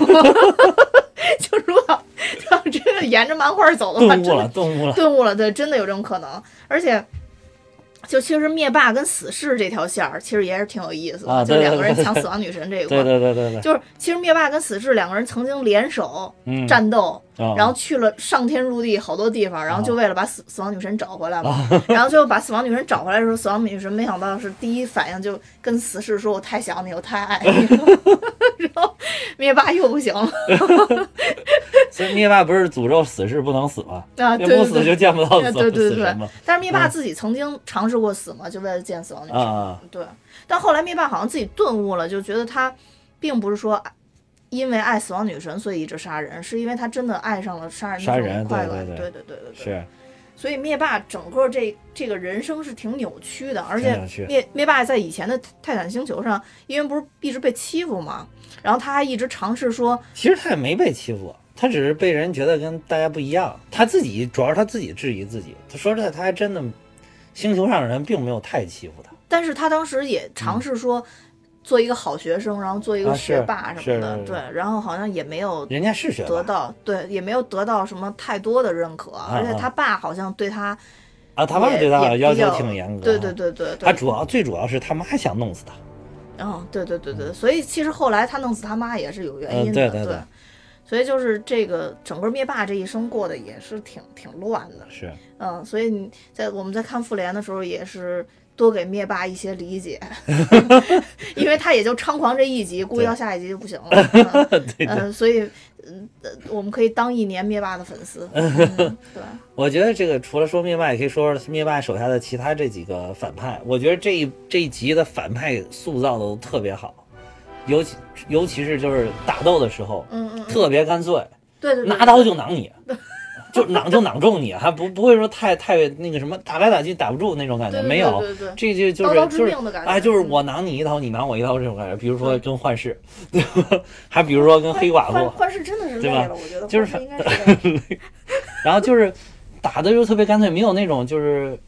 A: 就如果要真的沿着漫画走的话，
B: 顿
A: 真
B: 悟
A: 的
B: 了顿悟了
A: (laughs) 顿悟了，对，真的有这种可能。而且，就其实灭霸跟死侍这条线儿，其实也是挺有意思的，
B: 啊
A: 就
B: 对
A: 两个
B: 对
A: 人
B: 对
A: 抢死亡女神这一块
B: 对
A: 儿。
B: 对对对对
A: 就是其实灭霸跟死侍两个人曾经联手
B: 嗯
A: 战斗，
B: 啊
A: 然后去了上天入地好多地方，然后就为了把死死亡女神找回来嘛。
B: 啊
A: (laughs) 然后最后把死亡女神找回来的时候，死亡女神没想到是第一反应就跟死侍说：“我太想你，我太爱你。” (laughs) 然后灭霸又不行
B: (laughs)
A: 了
B: 所以灭霸不是诅咒死士不能死吗？
A: 啊！对
B: 那不
A: 对
B: 死
A: 对，
B: 就见不到
A: 对
B: 死
A: 对对
B: 死
A: 对
B: 神吗？
A: 但是灭霸自己曾经尝试过死嘛，就为了见死亡女神。
B: 啊
A: 对，但后来灭霸好像自己顿悟了，就觉得他并不是说啊因为爱死亡女神所以一直杀人，是因为他真的爱上了杀人
B: 杀
A: 的这
B: 人
A: 种快乐。
B: 对对
A: 对对对对
B: 是
A: 所以灭霸整个这这个人生是挺扭曲的，而且
B: 挺扭曲
A: 灭灭霸在以前的泰泰坦星球上，因为不是一直被欺负嘛，然后他还一直尝试说，
B: 其实他也没被欺负，他只是被人觉得跟大家不一样。他自己主要是他自己质疑自己。他说实在，他还真的，星球上的人并没有太欺负他。
A: 但是他当时也尝试说。做一个好学生，然后做一个
B: 嗯啊
A: 学
B: 是
A: 霸什
B: 是
A: 么的，
B: 是是
A: 对，然后好像也没有
B: 人家是学
A: 得
B: 霸
A: 到对，也没有得到什么太多的认可，而且他爸好像对他
B: 啊，他爸
A: 也
B: 对他
A: 也
B: 要
A: 比
B: 求
A: 较
B: 挺严格。啊
A: 对对。对对
B: 他
A: 对，
B: 主要最主要是他妈想弄死他。
A: 嗯，对对对对，所以其实后来他弄死他妈也是有原因
B: 嗯
A: 的，
B: 对对对
A: 所以就是这个整个灭霸这一生过得也是挺挺乱的，
B: 是
A: 嗯，所以你在我们在看复联的时候也是多给灭霸一些理
B: (laughs)
A: 解，因为他也就猖狂这一集，估计到下一集就不行
B: (laughs)
A: 了，嗯
B: 对
A: 嗯，所以嗯，呃我们可以当一年灭霸的粉丝，嗯对。
B: 我觉得这个除了说灭霸，也可以说说灭霸手下的其他这几个反派。我觉得这一这一集的反派塑造的都特别好，尤其尤其是就是打斗的时候，
A: 嗯嗯，嗯
B: 特别干脆，
A: 对对对，
B: 拿刀就攮你，就攮就攮中你，还不不会说太太那个什么打来打去打不住那种感
A: 对
B: 觉，
A: 对
B: 没有。
A: 对对对
B: 这就就
A: 刀
B: 是
A: 刀
B: 就
A: 致
B: 是
A: 命的感觉，
B: 哎，就是
A: 嗯
B: 我攮你一刀，你攮我一刀这种感觉。比如说跟幻视， (laughs) 对吧？还比如说跟黑寡妇，
A: 幻幻视真的是累
B: 对
A: 了，我觉得
B: 就是
A: 幻视应该是累了
B: 然后就是打的就特别干脆，没有那种就是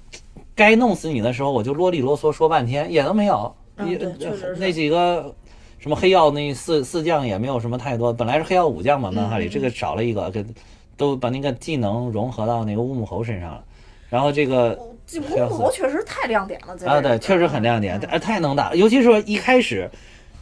B: 该弄死你的时候我就啰里啰嗦说半天，也都没有。
A: 嗯
B: 也
A: 对确实是
B: 那几个什么黑曜那四四将也没有什么太多，本来是黑曜五将嘛，漫画里、
A: 嗯嗯
B: 这个少了一个，给都把那个技能融合到那个乌木侯身上了。然后这个
A: 我这功夫确实太亮点了，在这嗯
B: 啊，
A: 里
B: 对，确实很亮点，啊，太能打了，尤其是一开始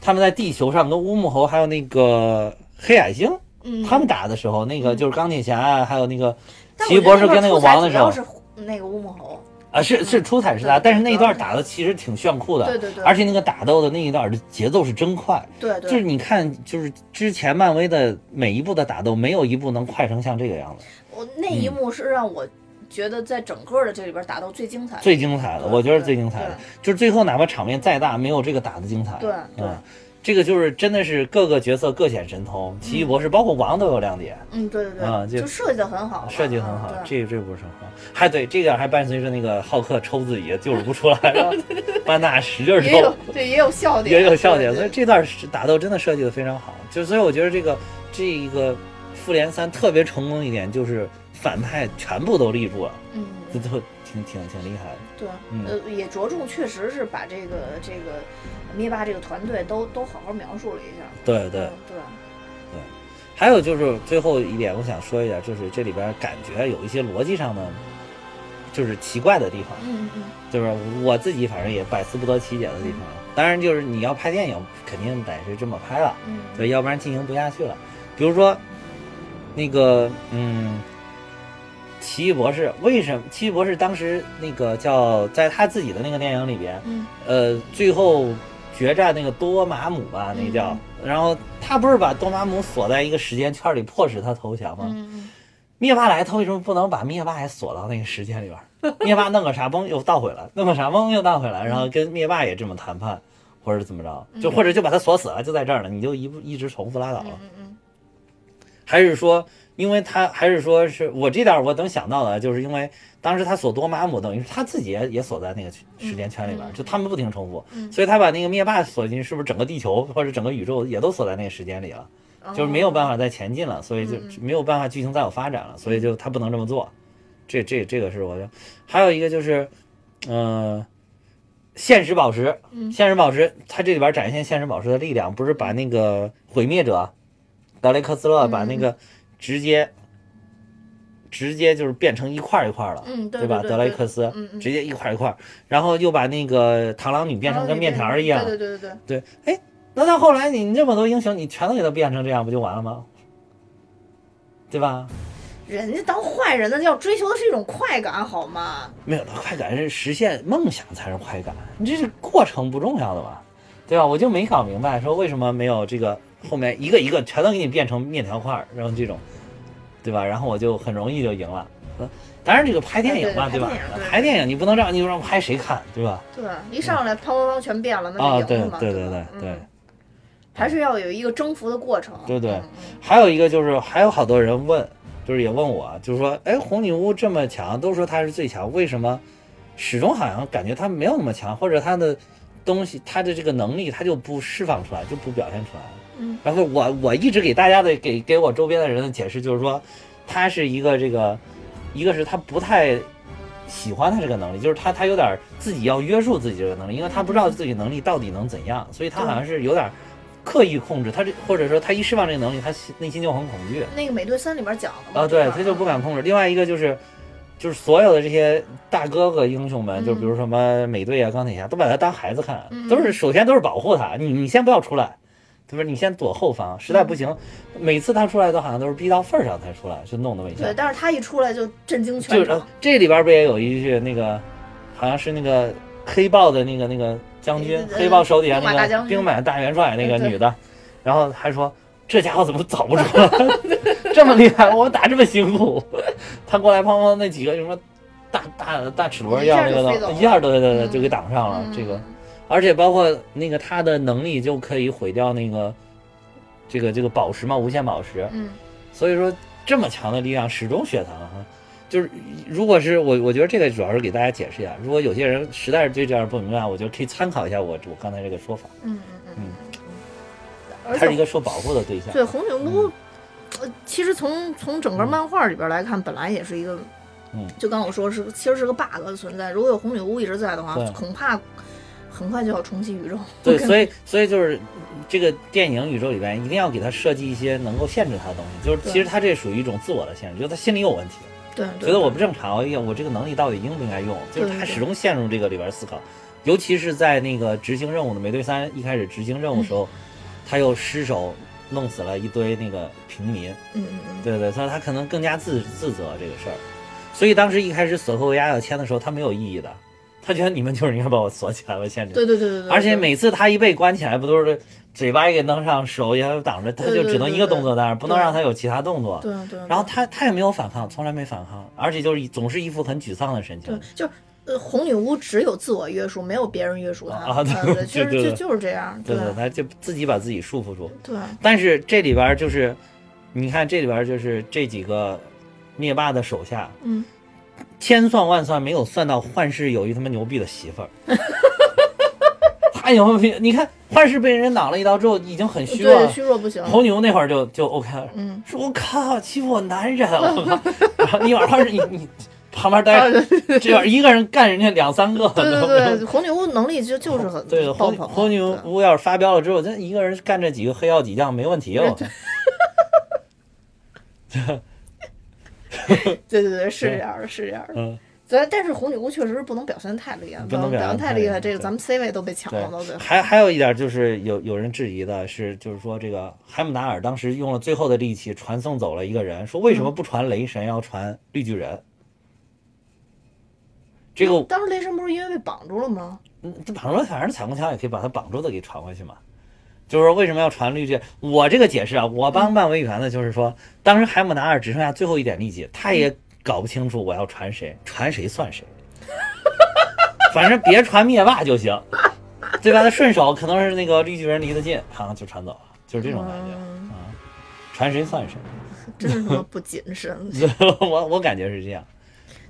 B: 他们在地球上跟乌木侯还有那个黑矮星。
A: 嗯，
B: 他们打的时候，那个就是钢铁侠啊，还有那个
A: 但
B: 奇异
A: 我觉
B: 博
A: 得
B: 士跟那个
A: 块
B: 王的
A: 出彩
B: 时候
A: 主要是那个乌木猴，
B: 啊，是是出彩是他，
A: 对
B: 但是那一段
A: 主要是
B: 打的其实挺炫酷的，
A: 对对对
B: 而且那个打斗的那一段的节奏是真快，
A: 对
B: 就是
A: 对，
B: 你看，就是之前漫威的每一部的打斗，没有一部能快成像这个样子，
A: 我那一幕是让我觉得在整个的这里边打斗最精彩的，
B: 最精彩的，
A: 对
B: 我觉得是最精彩
A: 对，
B: 的就是最后哪怕场面再大，没有这个打的精彩，
A: 对对
B: 嗯，这个就是真的是各个角色各显神通，奇异博士包括王都有亮点，
A: 嗯对对
B: 啊
A: 对，就
B: 就
A: 设计的很好嘛，
B: 设计很好
A: 嗯，对
B: 这这不是很好，还对这个还伴随着那个浩克抽自己就是不出来，
A: (laughs)
B: 然后班纳使劲
A: 也
B: 抽
A: 有，对也有笑点，
B: (laughs) 也有笑点，
A: 对
B: 所以
A: 对
B: 这段是打斗真的设计的非常好。就所以我觉得这个这一个复联三特别成功一点，就是反派全部都立住了，
A: 嗯。
B: 这都挺挺挺厉害的。
A: 对，
B: 嗯
A: 呃，也着重确实是把这个这个灭霸这个团队都都好好描述了一下。
B: 对对
A: 嗯，对，
B: 还有就是最后一点，我想说一下，就是这里边感觉有一些逻辑上的就是奇怪的地方，
A: 嗯嗯
B: 就是我自己反正也百思不得其解的地方。当然，就是你要拍电影，肯定得是这么拍了。
A: 嗯嗯，
B: 对，要不然进行不下去了。比如说，那个，嗯，奇异博士为什么？奇异博士当时那个叫在他自己的那个电影里边，
A: 嗯
B: 呃，最后决战那个多玛姆吧，那叫。
A: 嗯
B: 然后他不是把多玛姆锁在一个时间圈里，迫使他投降吗？
A: 嗯
B: 灭霸来，他为什么不能把灭霸也锁到那个时间里边儿？ (laughs) 灭霸弄个啥崩又倒回来，弄个啥崩又倒回来，然后跟灭霸也这么谈判，或者怎么着，就或者就把他锁死了，啊就在这儿了，你就一步一直重复拉倒。啊
A: 嗯嗯嗯
B: 还是说，因为他还是说是我这点儿我能想到的，就是因为当时他锁多玛姆，等于是他自己也也锁在那个区时间圈里边儿，
A: 嗯嗯
B: 就他们不停重复，
A: 嗯
B: 所以他把那个灭霸锁进去，是不是整个地球或者整个宇宙也都锁在那个时间里了？
A: 嗯，
B: 就是没有办法再前进了，所以就
A: 嗯
B: 没有办法剧情再有发展了，所以就他不能这么做。这这这个是我的。还有一个就是，呃，现实宝石，
A: 嗯
B: 现实宝石，它这里边展现现实宝石的力量，不是把那个毁灭者德雷克斯
A: 嗯
B: 勒把那个直接、直接就是变成一块儿一块儿了，
A: 嗯对
B: 对吧？
A: 对
B: 德雷克斯、
A: 嗯嗯
B: 直接一块儿一块儿，然后又把那个螳螂女变成跟面条儿一样，
A: 对对对对对，
B: 对，哎，那到后来你你这么多英雄，你全都给他变成这样，不就完了吗？对吧？
A: 人家当坏人的要追求的是一种快感，好吗？
B: 没有的快感是实现梦想才是快感，你这是过程不重要的吧？对吧？我就没搞明白，说为什么没有这个后面一个一个全都给你变成面条块儿，然后这种，对吧？然后我就很容易就赢了。呃当然，这个拍电影嘛，
A: 啊对
B: 吧
A: 拍电影？对
B: 拍电影你不能让你让拍谁看，对吧？
A: 对，一上来砰砰砰全变了，
B: 啊，
A: 那就
B: 对
A: 赢了嘛。
B: 对对
A: 对
B: 对
A: 吧
B: 对
A: 嗯。还是要有一个征服的过程。
B: 对对
A: 嗯
B: 还有一个就是，还有好多人问，就是也问我，就是说，哎，红女巫这么强，都说她是最强，为什么始终好像感觉她没有那么强，或者她的东西，她的这个能力，她就不释放出来，就不表现出来。
A: 嗯，
B: 然后我我一直给大家的给给我周边的人的解释就是说，她是一个这个，一个是她不太。喜欢她这个能力，就是她，她有点自己要约束自己这个能力，因为她不知道自己能力到底能怎样，所以她好像是有点刻意控制。她这或者说她一释放这个能力，她心内心就很恐惧。
A: 那个《美队三》里边讲的嘛。嗯
B: 啊，对
A: 这，个
B: 他就不敢控制。另外一个就是，就是所有的这些大哥哥英雄们，就比如什么美队啊、钢铁侠，都把他当孩子看，都是首先都是保护他，你你先不要出来，对吧？你先躲后方，实在不行，每次他出来都好像都是逼到份儿上才出来，就弄得危
A: 对，
B: 险。
A: 但是他一出来就震惊
B: 就
A: 全
B: 是
A: 场。
B: 这里边不也有一句那个，好像是那个黑豹的那个那个将军
A: 对，对对
B: 黑豹手底下
A: 兵马大
B: 那个
A: 将军
B: 兵马大元帅那个
A: 对对
B: 女的，然后还说这家伙怎么早不出来， (laughs) 这么厉害，我打这么辛苦，他过来砰砰那几个什么大大大齿轮一样那个
A: 一下就飞走
B: 的，
A: 了
B: 一下都对对对
A: 嗯
B: 就给挡上了
A: 嗯
B: 啊这个，而且包括那个他的能力就可以毁掉那个这个这个宝石嘛，无限宝石，
A: 嗯
B: 所以说这么强的力量始终血糖啊，就是如果是我，我觉得这个主要是给大家解释一下。如果有些人实在是对这样不明白，我觉得可以参考一下我我刚才这个说法，
A: 嗯嗯嗯
B: 嗯。
A: 而
B: 他是一
A: 且
B: 个受保护的对嗯象。
A: 对红女巫，呃，其实从从整个漫画里边来看，本来也是一个，
B: 嗯
A: 就刚我说是其实是个 bug 的存在。如果有红女巫一直在的话
B: 对，
A: 恐怕很快就要重启宇宙。
B: 对，
A: 跟
B: 所以所以就是这个电影宇宙里边一定要给他设计一些能够限制他的东西，就是
A: 对
B: 其实他这属于一种自我的限制，就是他心里有问题，
A: 对，对
B: 觉得我不正常，哎呀，我这个能力到底应不应该用？就是他
A: 对对
B: 始终陷入这个里边思考，尤其是在那个执行任务的美队三一开始执行任务的时
A: 嗯
B: 候，他又失手弄死了一堆那个平民，
A: 嗯嗯嗯，
B: 对对，所以他可能更加自自责这个事儿。所以当时一开始索克维亚要签的时候，他没有异议的，他觉得你们就是应该把我锁起来吧，限制。
A: 对对对对对。
B: 而且
A: 对
B: 每次他一被关起来，不都是嘴巴也给弄上，手也挡着，他
A: 对
B: 就
A: 对
B: 只能
A: 对
B: 一个
A: 对
B: 动作在那儿，不能
A: 对
B: 让他有其他动作。
A: 对对，
B: 然后
A: 对
B: 他他也没有反抗，从来没反抗，而且就是一总是一副很沮丧的神
A: 对
B: 情。
A: 就是。呃，红女巫只有自我约束，没有别人约束她。
B: 啊对
A: 呃
B: 对
A: 对，其实
B: 对对
A: 就就是这样。
B: 对
A: 对
B: 对，他就自己把自己束缚住。
A: 对，
B: 但是这里边儿就是，你看这里边儿就是这几个灭霸的手下，
A: 嗯，
B: 千算万算没有算到幻视有一他妈牛逼的媳
A: (laughs)
B: 妇儿。他有没有？你看幻视被人挡了一刀之后，已经很虚弱
A: 对
B: 了。
A: 虚弱不行。
B: (laughs)
A: 啊
B: 红牛那会儿就就 OK 了。
A: 嗯，
B: 说我靠，欺负我男人，我靠！然后你晚上你你旁边待
A: (laughs)
B: 着，这边一个人干人家两三个，
A: 对
B: 你知道
A: 对
B: 吗 (laughs)
A: 对，红女巫能力就就是很
B: 对的，
A: 爆
B: 红
A: 棚。
B: 红牛
A: 对
B: 屋要是发飙了之后，真一个人干这几个黑曜几将没问题哦哟。
A: 对对对，是这样的，是这样的。
B: 嗯，
A: 咱但是红女巫确实是不能表现太厉害，
B: 不能表
A: 表
B: 现
A: 现
B: 太
A: 太
B: 厉
A: 厉
B: 害
A: 害，这个
B: 对
A: 咱们 C 位都被抢 (laughs)
B: 对
A: 了，到最后。
B: 还还有一点就是有有人质疑的是，就是说这个海姆达尔当时用了最后的力气传送走了一个人，说为什么不传雷神要传绿巨人？ (laughs) 这个
A: 当时雷神不是因为被绑住了吗？
B: 嗯这绑住反正彩虹桥也可以把它绑住的给传回去嘛。就是为什么要传绿界？我这个解释啊，我
A: 嗯
B: 帮漫威圆的就是说，当时海姆达尔只剩下最后一点力气，他
A: 嗯
B: 也搞不清楚我要传谁，传谁算谁，反正别传灭霸就行，对吧？他顺手可能是那个绿巨人离得近，啪就传走了，就是这种感觉
A: 嗯
B: 啊，传谁 (laughs) 算谁。
A: 真是他妈不谨慎。
B: 我我感觉是这样，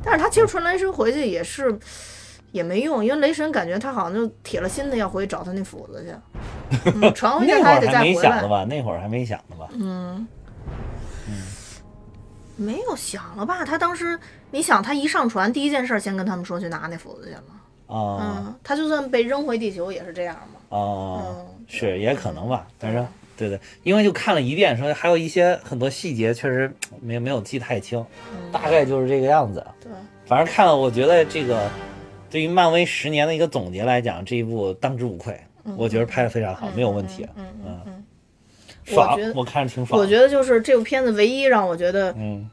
A: 但是他其实传雷神回去也是也没用，因为雷神感觉他好像就铁了心的要回去找他那斧子去，
B: (laughs)
A: 嗯、传回去
B: 那会
A: 他也
B: 儿
A: 得再
B: 还没
A: 回
B: 想
A: 来
B: 呢。吧？那会儿还没想呢吧？
A: 嗯，没有想了吧？他当时，你想，他一上船，第一件事儿先跟他们说去拿那斧子去了。
B: 啊
A: 嗯，他就算被扔回地球也是这样嘛。
B: 啊，
A: 嗯，
B: 是也可能吧，反正
A: 嗯
B: 对对，因为就看了一遍，说还有一些很多细节确实嗯没有没有记太清，
A: 嗯，
B: 大概就是这个样子。
A: 对，
B: 反正看了，我觉得这个对于漫威十年的一个总结来讲，这一部当之无愧，我觉得拍的非常好，没有问题，
A: 嗯嗯嗯嗯，我
B: 爽
A: 觉，得
B: 我看着挺爽。
A: 我觉得就是这部片子唯一让我觉得
B: 嗯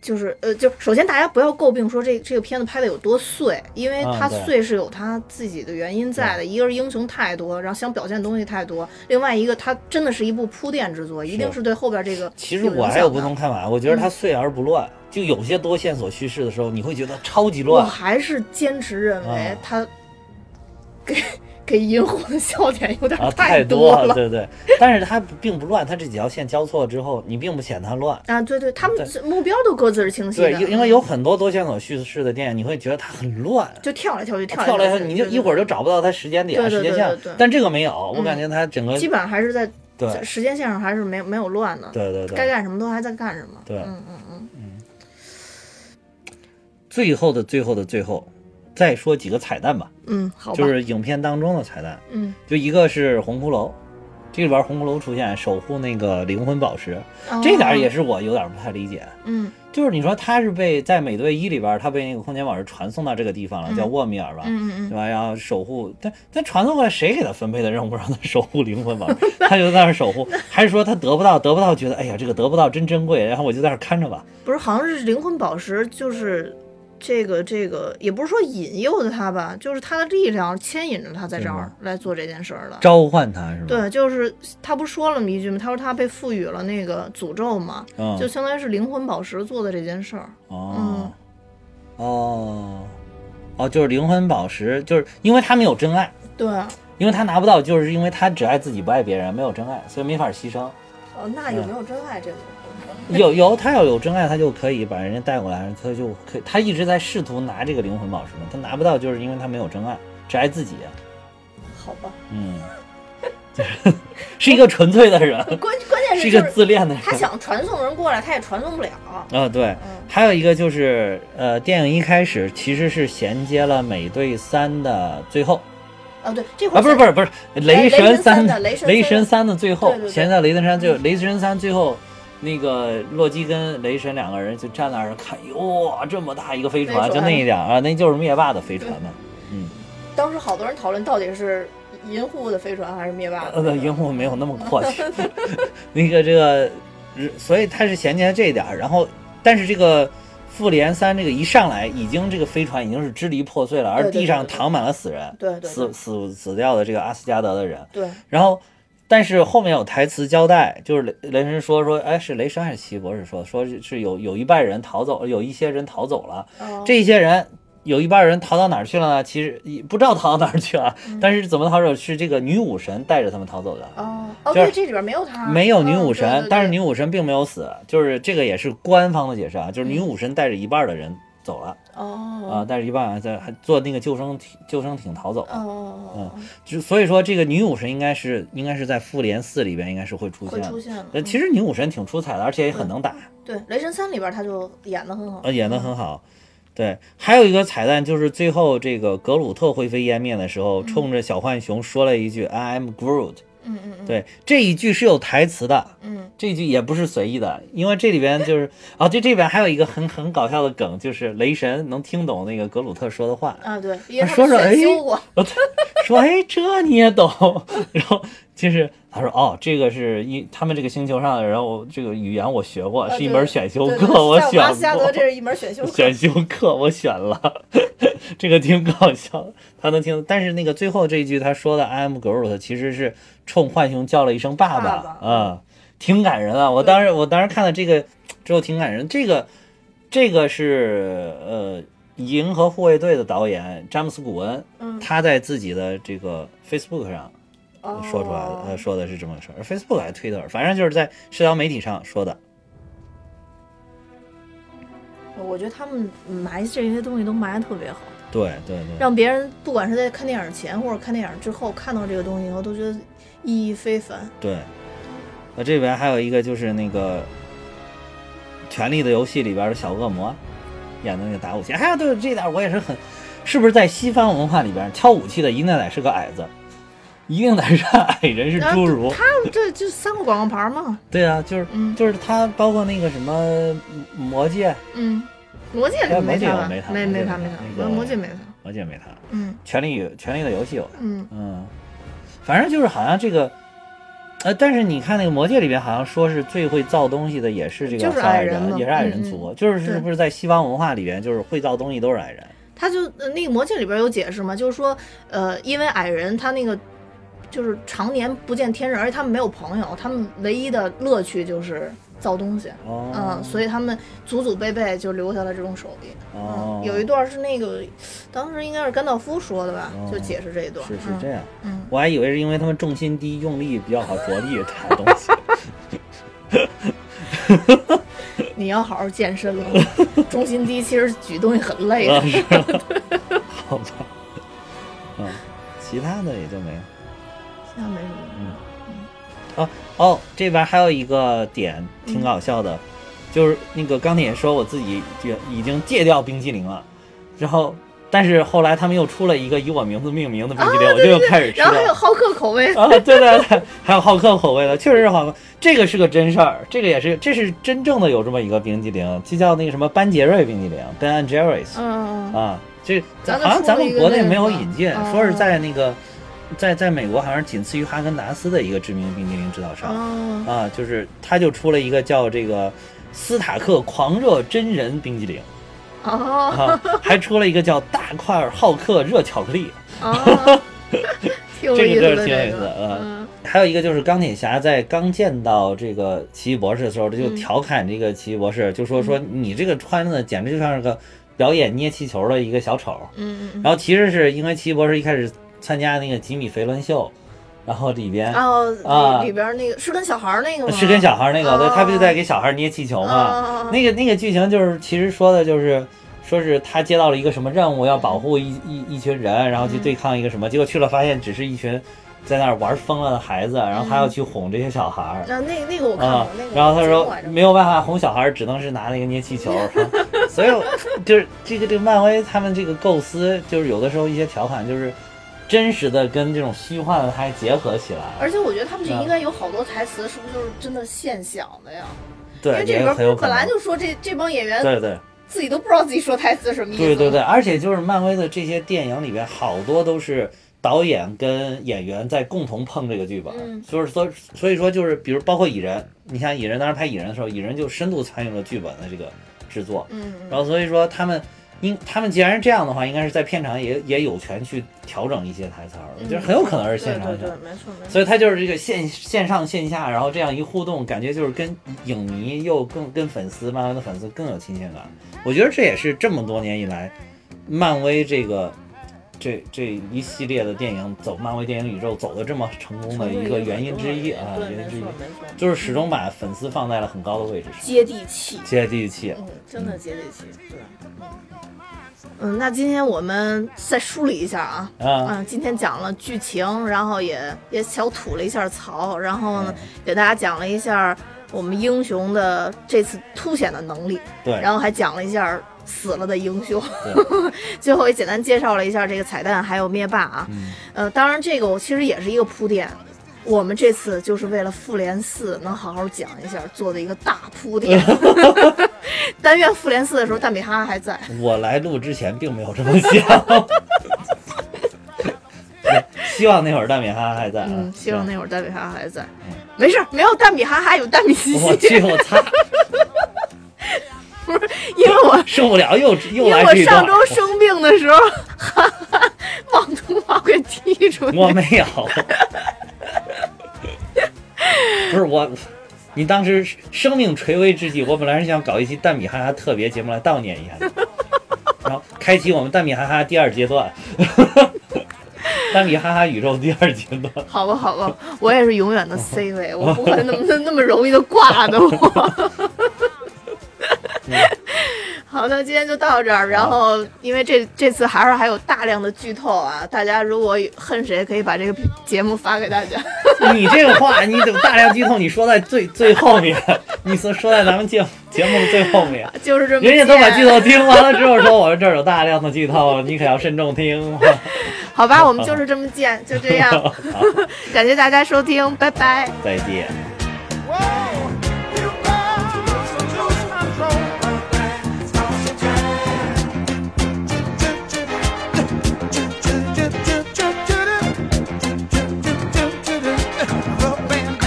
A: 就是呃，就首先大家不要诟病说这这个片子拍的有多碎，因为
B: 啊
A: 它
B: 对
A: 碎是有它自己的原因在的。一个是英雄太多，然后想表现的东西太多；另外一个，它真的是一部铺垫之作，一定是对后边这个
B: 其实
A: 有影
B: 我还有
A: 响
B: 不
A: 的嗯
B: 同看法，我觉得它碎而不乱，就有些多线索叙事的时候，你会觉得超级
A: 我
B: 乱。
A: 还是坚持认为
B: 啊
A: 它给、给银狐的笑点有点
B: 啊，
A: 太
B: 多
A: 了。
B: 对对，但是它并不乱，它这几条线交错之后，你并不显得它乱。
A: 啊，对对，他们
B: 对
A: 是目标都各自是清晰
B: 对，
A: 的，嗯
B: 因因为有很多多线索叙事的电影，你会觉得它很乱，
A: 就跳来跳去，跳
B: 啊跳
A: 来
B: 来跳去，
A: 去
B: 你就一会儿就找不到它时间点、啊
A: 对对
B: 时间
A: 对
B: 线
A: 对对。
B: 但这个没有，我感觉它整个
A: 基本上还是在
B: 对
A: 在时间线上还是没没有乱的，
B: 对对
A: 该
B: 对，
A: 干什么都还在干什么。
B: 对
A: 嗯嗯嗯，
B: 最后的最后的最后，再说几个彩蛋吧，
A: 嗯，好吧，
B: 就是影片当中的彩蛋，
A: 嗯
B: 就一个是红骷髅。这里边红骷髅出现守护那个灵魂宝石，
A: 哦
B: 这点儿也
A: 是，
B: 是我有点不太理解。
A: 嗯
B: 就是你说他是被在美队一里边儿，他被那个空间宝石传送到这个地方了，叫
A: 嗯
B: 沃米尔吧，
A: 嗯嗯
B: 对
A: 嗯，
B: 吧？然后守护，但但传送过来谁给他分配的任务让他守护灵魂宝石？他就在那儿守 (laughs) 护，还是说他得不到，得不到觉得哎呀这个得不到真珍贵，然后我就在那儿看着吧？
A: 不是，好像是灵魂宝石，就是这个这个，也不是说引诱的他吧，就是他的力量牵引着他在这
B: 对
A: 儿
B: 吧
A: 来做这件事儿的。
B: 召唤他是吧？，
A: 对，就是他不说了吗一句吗？他说他被赋予了那个诅咒嘛，
B: 嗯，
A: 就相当于是嗯灵魂宝石做的这件事儿。
B: 哦，哦，哦，就是灵魂宝石，就是因为他没有真爱，
A: 对，哦，
B: 因为他拿不到，就是因为他只爱自己不爱别人，没有真爱，所以没法牺牲。嗯
A: 那有没有真爱这种？
B: 有有，他要有真爱，他就可以把人家带过来，他就可以。他一直在试图拿这个灵魂宝石嘛，他拿不到，就是因为他没有真爱，只爱自己。啊
A: 好吧，
B: 嗯，是一个纯粹的人，
A: 关关键
B: 呃是
A: 是
B: 一
A: 就
B: 个
A: 是
B: 自恋的人。
A: 他想传送人过来，他也传送不了。
B: 啊，对。
A: 嗯
B: 还有一个就是，呃，电影一开始其实是衔接了《美队三》的最后
A: 啊，对，这会
B: 啊，
A: 儿
B: 不是不
A: 是，
B: 是不是，《
A: 雷
B: 神
A: 神三
B: 的
A: 的雷神
B: 雷
A: 三
B: 神
A: 的
B: 三》的最后
A: 对对对
B: 衔接到《雷神三》最后，《雷神三》最后那个洛基跟雷神两个人就站那儿看，哇，这么大一个飞船，
A: 飞船
B: 就那一点儿啊，那就是灭霸的飞船呢。
A: 当时好多人讨论到底是银护的飞船还是灭霸的
B: 呃，
A: 飞船
B: 银护没有那么阔气， (laughs) 那个这个，呃所以它是衔接这一点儿，然后但是这个复联三这个一上来已经这个飞船已经是支离破碎了，而
A: 对对
B: 地上
A: 对对
B: 躺满了死人，
A: 对对对
B: 死死死掉的这个阿斯加德的人，
A: 对，
B: 然后。但是后面有台词交代，就是雷雷神说说，哎，是雷神还是奇异博士说，说是是有有一半人逃走，有一些人逃走了，
A: 哦
B: 这些人有一半人逃到哪儿去了呢？其实也不知道逃到哪儿去了，
A: 嗯
B: 但是怎么逃走是这个女武神带着他们逃走的。
A: 哦哦，
B: 就是
A: 对，这里边没有他，
B: 没有女
A: 哦
B: 武
A: 对
B: 神，
A: 对对
B: 但是女武神并没有死，就是这个也是官方的解释啊，就是女武神带着一半的人走了啊、
A: 嗯哦
B: 带着一半人在还坐那个救生艇救生艇逃走
A: 哦，哦哦
B: 就所以说这个女武神应该是应该是在复联四里边应该是会出现
A: 会出
B: 的。
A: 现嗯了。
B: 呃，其实女武神挺出彩的，而且也很能打，
A: 对，雷神三里边他就演的很好
B: 呃，，演得很好。对，还有一个彩蛋就是最后这个格鲁特灰飞烟灭的时候，冲着小浣熊说了一句 “I'm Groot”，
A: 嗯嗯嗯，
B: 对，这一句是有台词的，
A: 嗯
B: 这句也不是随意的，因为这里边就是啊，这这里边还有一个很很搞笑的梗，就是雷神能听懂那个格鲁特说的话， (laughs)
A: 啊对，因为他
B: 说
A: 们
B: 说哎
A: 选修过，
B: 说哎这你也懂， (laughs) 然后就是他说哦这个是一他们这个星球上的，然后这个语言我学过，
A: 啊
B: 是一
A: 对
B: 门选修
A: 对对
B: 课，我
A: 在
B: 选
A: 们阿斯加德这
B: 过。
A: 是一门选修课，
B: (laughs) 选修课我选了， (laughs) 这个挺搞笑的，他能听。但是那个最后这一句他说的 “I am Groot” 其实是冲浣熊叫了一声“爸
A: 爸
B: 爸”，
A: 爸
B: 嗯，挺感人啊！我当时我当时看了这个之后挺感人。这个这个是呃，《银河护卫队》的导演詹姆斯·古恩，
A: 嗯，
B: 他在自己的这个 Facebook 上 (laughs) 说出来的，呃，
A: 哦，
B: 说的是这么个事儿，Facebook 还是 Twitter，反正就是在社交媒体上说的。
A: 哦我觉得他们埋这些东西都埋的特别好，
B: 对对对。
A: 让别人不管是在看电影前或者看电影之后看到这个东西以后，都觉得意义非凡。
B: 对，那这边还有一个就是那个《权力的游戏》里边的小恶魔演的那个打武器，哎呀，对这点我也是很，是不是在西方文化里边挑武器的一定得是个矮子，一定得是矮人是侏儒？
A: 他这就三个广告牌嘛，
B: 对啊，就是
A: 嗯
B: 就是他，包括那个什么魔戒，
A: 嗯，魔戒
B: 哎
A: 里
B: 魔戒
A: 他
B: 有
A: 吧？
B: 没他
A: 没
B: 魔戒
A: 没他
B: 有
A: 没
B: 他
A: 他，
B: 那个
A: 魔戒没他，
B: 魔戒没他，
A: 嗯
B: 权力权力的游戏有他，
A: 嗯
B: 嗯，反正就是好像这个。呃，但是你看那个《魔戒》里边，好像说是最会造东西的也是这个
A: 就是
B: 小矮
A: 矮人嘛
B: 也是矮人
A: 嗯嗯
B: 族，就是是
A: 对
B: 不是在西方文化里边，就是会造东西都是矮人？
A: 他就呃那个魔戒里边有解释嘛，就是说，呃，因为矮人他那个就是常年不见天日，而且他们没有朋友，他们唯一的乐趣就是造东西，
B: 哦，
A: 嗯，所
B: 以
A: 以他们祖祖辈辈就留下了这种手艺。
B: 哦
A: 嗯，，有一段是那个，当时应该是甘道夫说的吧，
B: 哦
A: 就解释这一段。
B: 是是这样，
A: 嗯，
B: 我还以为是因为他们重心低，用力比较好着力打东
A: (laughs)
B: 西。
A: 嗯，你要好好健身了， (laughs) 重心低其实举东西很累
B: 啊，
A: 的。
B: 是吗？ (laughs) 好吧，嗯，其他的也就没了。
A: 现在没什么。
B: 嗯哦哦，这边还有一个点
A: 嗯
B: 挺搞笑的，就是那个钢铁说我自己就已经戒掉冰激凌了，然后但是后来他们又出了一个以我名字命名的冰
A: 哦
B: 激凌，我就又开始吃
A: 然后还有
B: 了。
A: 好客口味，
B: 啊，对对对，还有好客口味的，确实是好客，这个是个真事儿，这个也是，这是真正的有这么一个冰激凌，就叫那个什么班杰瑞冰激凌 （Ben and Jerry's）。
A: 嗯，
B: 啊，这
A: 咱
B: 好像咱们国内没有引进
A: 咱，们
B: 说
A: 说了
B: 是
A: 一个那个
B: 在那个，在在美国好像是仅次于哈根达斯的一个知名冰激凌制造商
A: 嗯，
B: 啊，就是他就出了一个叫这个斯塔克狂热真人冰激凌
A: 哦
B: 啊，还出了一个叫大块浩克热巧克力，
A: 哦，挺有
B: 这
A: 意思
B: 个真是
A: 的
B: 挺有意
A: 这
B: 思的
A: 个，
B: 啊。
A: 嗯
B: 还有一个就是钢铁侠在刚见到这个奇异博士的时候，他就
A: 嗯
B: 调侃这个奇异博士，就说说你这个穿的简直就像是个表演捏气球的一个小丑。
A: 嗯嗯
B: 然后其实是因为奇异博士一开始参加那个吉米·肥伦秀，然后里边、
A: 嗯，哦，
B: 啊
A: 里边那个是跟小孩儿那个吗？
B: 是跟小孩儿那个，对，
A: 哦
B: 他不就在给小孩儿捏气球嘛？
A: 啊，
B: 那个那个剧情就是其实说的就是。说是他接到了一个什么任务，要保护一一一群人，然后去
A: 嗯
B: 对抗一个什么，结果去了发现只是一群在那儿玩疯了的孩子，然后他要去哄这些小孩儿，
A: 啊，那那个嗯我看
B: 啊
A: 过，那个，
B: 然后他
A: 我
B: 说
A: 见过来着
B: 没有办法哄小孩，只能是拿那个捏气球。
A: (laughs)
B: 所以我就是这个这个漫威他们这个构思，就是有的时候一些调侃就是真实的跟这种虚幻的它还结合起来，
A: 而且我觉得他们这
B: 嗯
A: 应该有好多台词，是不是就是真的现想的呀？因
B: 对，
A: 为这
B: 也
A: 里边
B: 很有
A: 不
B: 可
A: 本来
B: 能。
A: 就说这这帮演员
B: 对对
A: 自己都不知道自己说台词什么意思。
B: 对对对，而且就是漫威的这些电影里边，好多都是导演跟演员在共同碰这个剧本，
A: 嗯
B: 就是说，所以说就是比如包括蚁人，你像蚁人当时拍蚁人的时候，蚁人就深度参与了剧本的这个制作，
A: 嗯，
B: 然后所以说他们应他们既然是这样的话，应该是在片场也也有权去调整一些台词儿，我
A: 嗯
B: 觉得很有可能是
A: 对
B: 现场
A: 对
B: 选
A: 对，。没错没错。
B: 所以他就是这个线线上线下，然后这样一互动，感觉就是跟影迷又更跟粉丝漫威的粉丝更有亲切感。我觉得这也是这么多年以来，漫威这个这这一系列的电影走漫威电影宇宙走的这么成功的一个原因之一啊，
A: 对，
B: 原
A: 没
B: 因之
A: 错
B: 一
A: 没错，
B: 就是始终把粉丝放在了很高的位置上，
A: 接地气。
B: 接地气。
A: 嗯，真的接地气，对。嗯，那今天我们再梳理一下啊，
B: 啊
A: 嗯，今天讲了剧情，然后也也小吐了一下槽，然后呢，给大家讲了一下我们英雄的这次凸显的能力，
B: 对，
A: 然后还讲了一下死了的英雄
B: 对，
A: (laughs) 最后也简单介绍了一下这个彩蛋，还有灭霸啊，
B: 嗯
A: 呃，当然这个我其实也是一个铺垫，我们这次就是为了《复联四》能好好讲一下做的一个大铺
B: (laughs)
A: 垫。 (laughs) 但愿《复联四》的时候大米哈还在。
B: 我来录之前并没有这么想， (laughs) 希望那会儿大米哈还在啊。
A: 嗯，希
B: 是
A: 望
B: 吧
A: 那会儿大米哈哈还在
B: 嗯。
A: 没事儿，没有大米哈哈，有大米西
B: 我
A: 西。
B: 去，我擦，
A: 因为我
B: (laughs) 受不
A: (laughs)
B: 了，又又
A: 因为
B: 来
A: 我
B: 这一段
A: 上。周生病的时候， (laughs) 哈哈，妄图把我给踢出去。
B: 我没有，不是我，你当时生命垂危之际，我本来是想搞一期蛋米哈哈特别节目来悼念一下你，然后开启我们蛋米哈哈第二阶段， (laughs) 蛋米哈哈宇宙第二阶段。
A: 好吧，好吧， (laughs) 我也是永远
B: 嗯
A: 的 C 位，我不会那么那那么容易的挂的我。
B: 嗯
A: (laughs) 好的，今天就到这儿。然后，因为这这次还是还有大量的剧透啊，大家如果恨谁，可以把这个节目发给大家。 (laughs)
B: 你这个话，你怎么大量剧透？你说在最最后面，你说说在咱们节目节目的最后面。
A: 就是这么，
B: 人家都把剧。透听完了之后说，我们这儿有大量的剧透，你可要慎
A: (laughs)
B: 重听。
A: 好吧，我们就是这么见，就这
B: (laughs)
A: 样。感谢大家收听，拜拜。
B: 再见。 (laughs)
C: (laughs)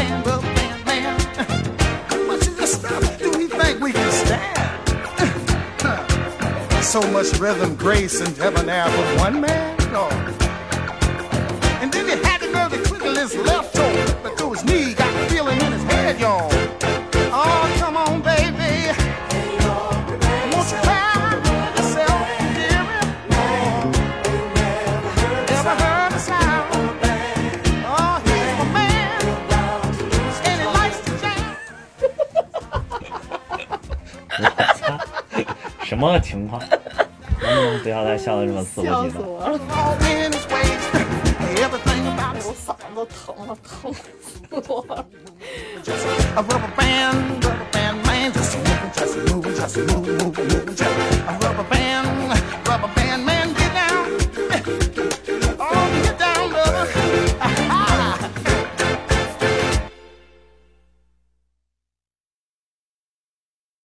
C: So much rhythm, grace, and debonair for one man? No. And then he had the nerve to crinkle his left toe, but through his knee got the feeling in his head, y'all. Oh, come on, baby. Won't you try yourself, dearie? Never heard a sound. Oh, he's my man, and he likes to jam.
B: 什么情况？能不能不要再笑得这么肆
A: (laughs)
B: 无
A: 笑
B: 忌
A: 死
B: 惮？
A: 我
B: (laughs)
A: 了，
C: All in his ways, everything about his
A: 我嗓子都疼了， (laughs) 疼死我了。
C: just a rubber band, rubber band man, just moving, just moving, just moving, moving, moving, just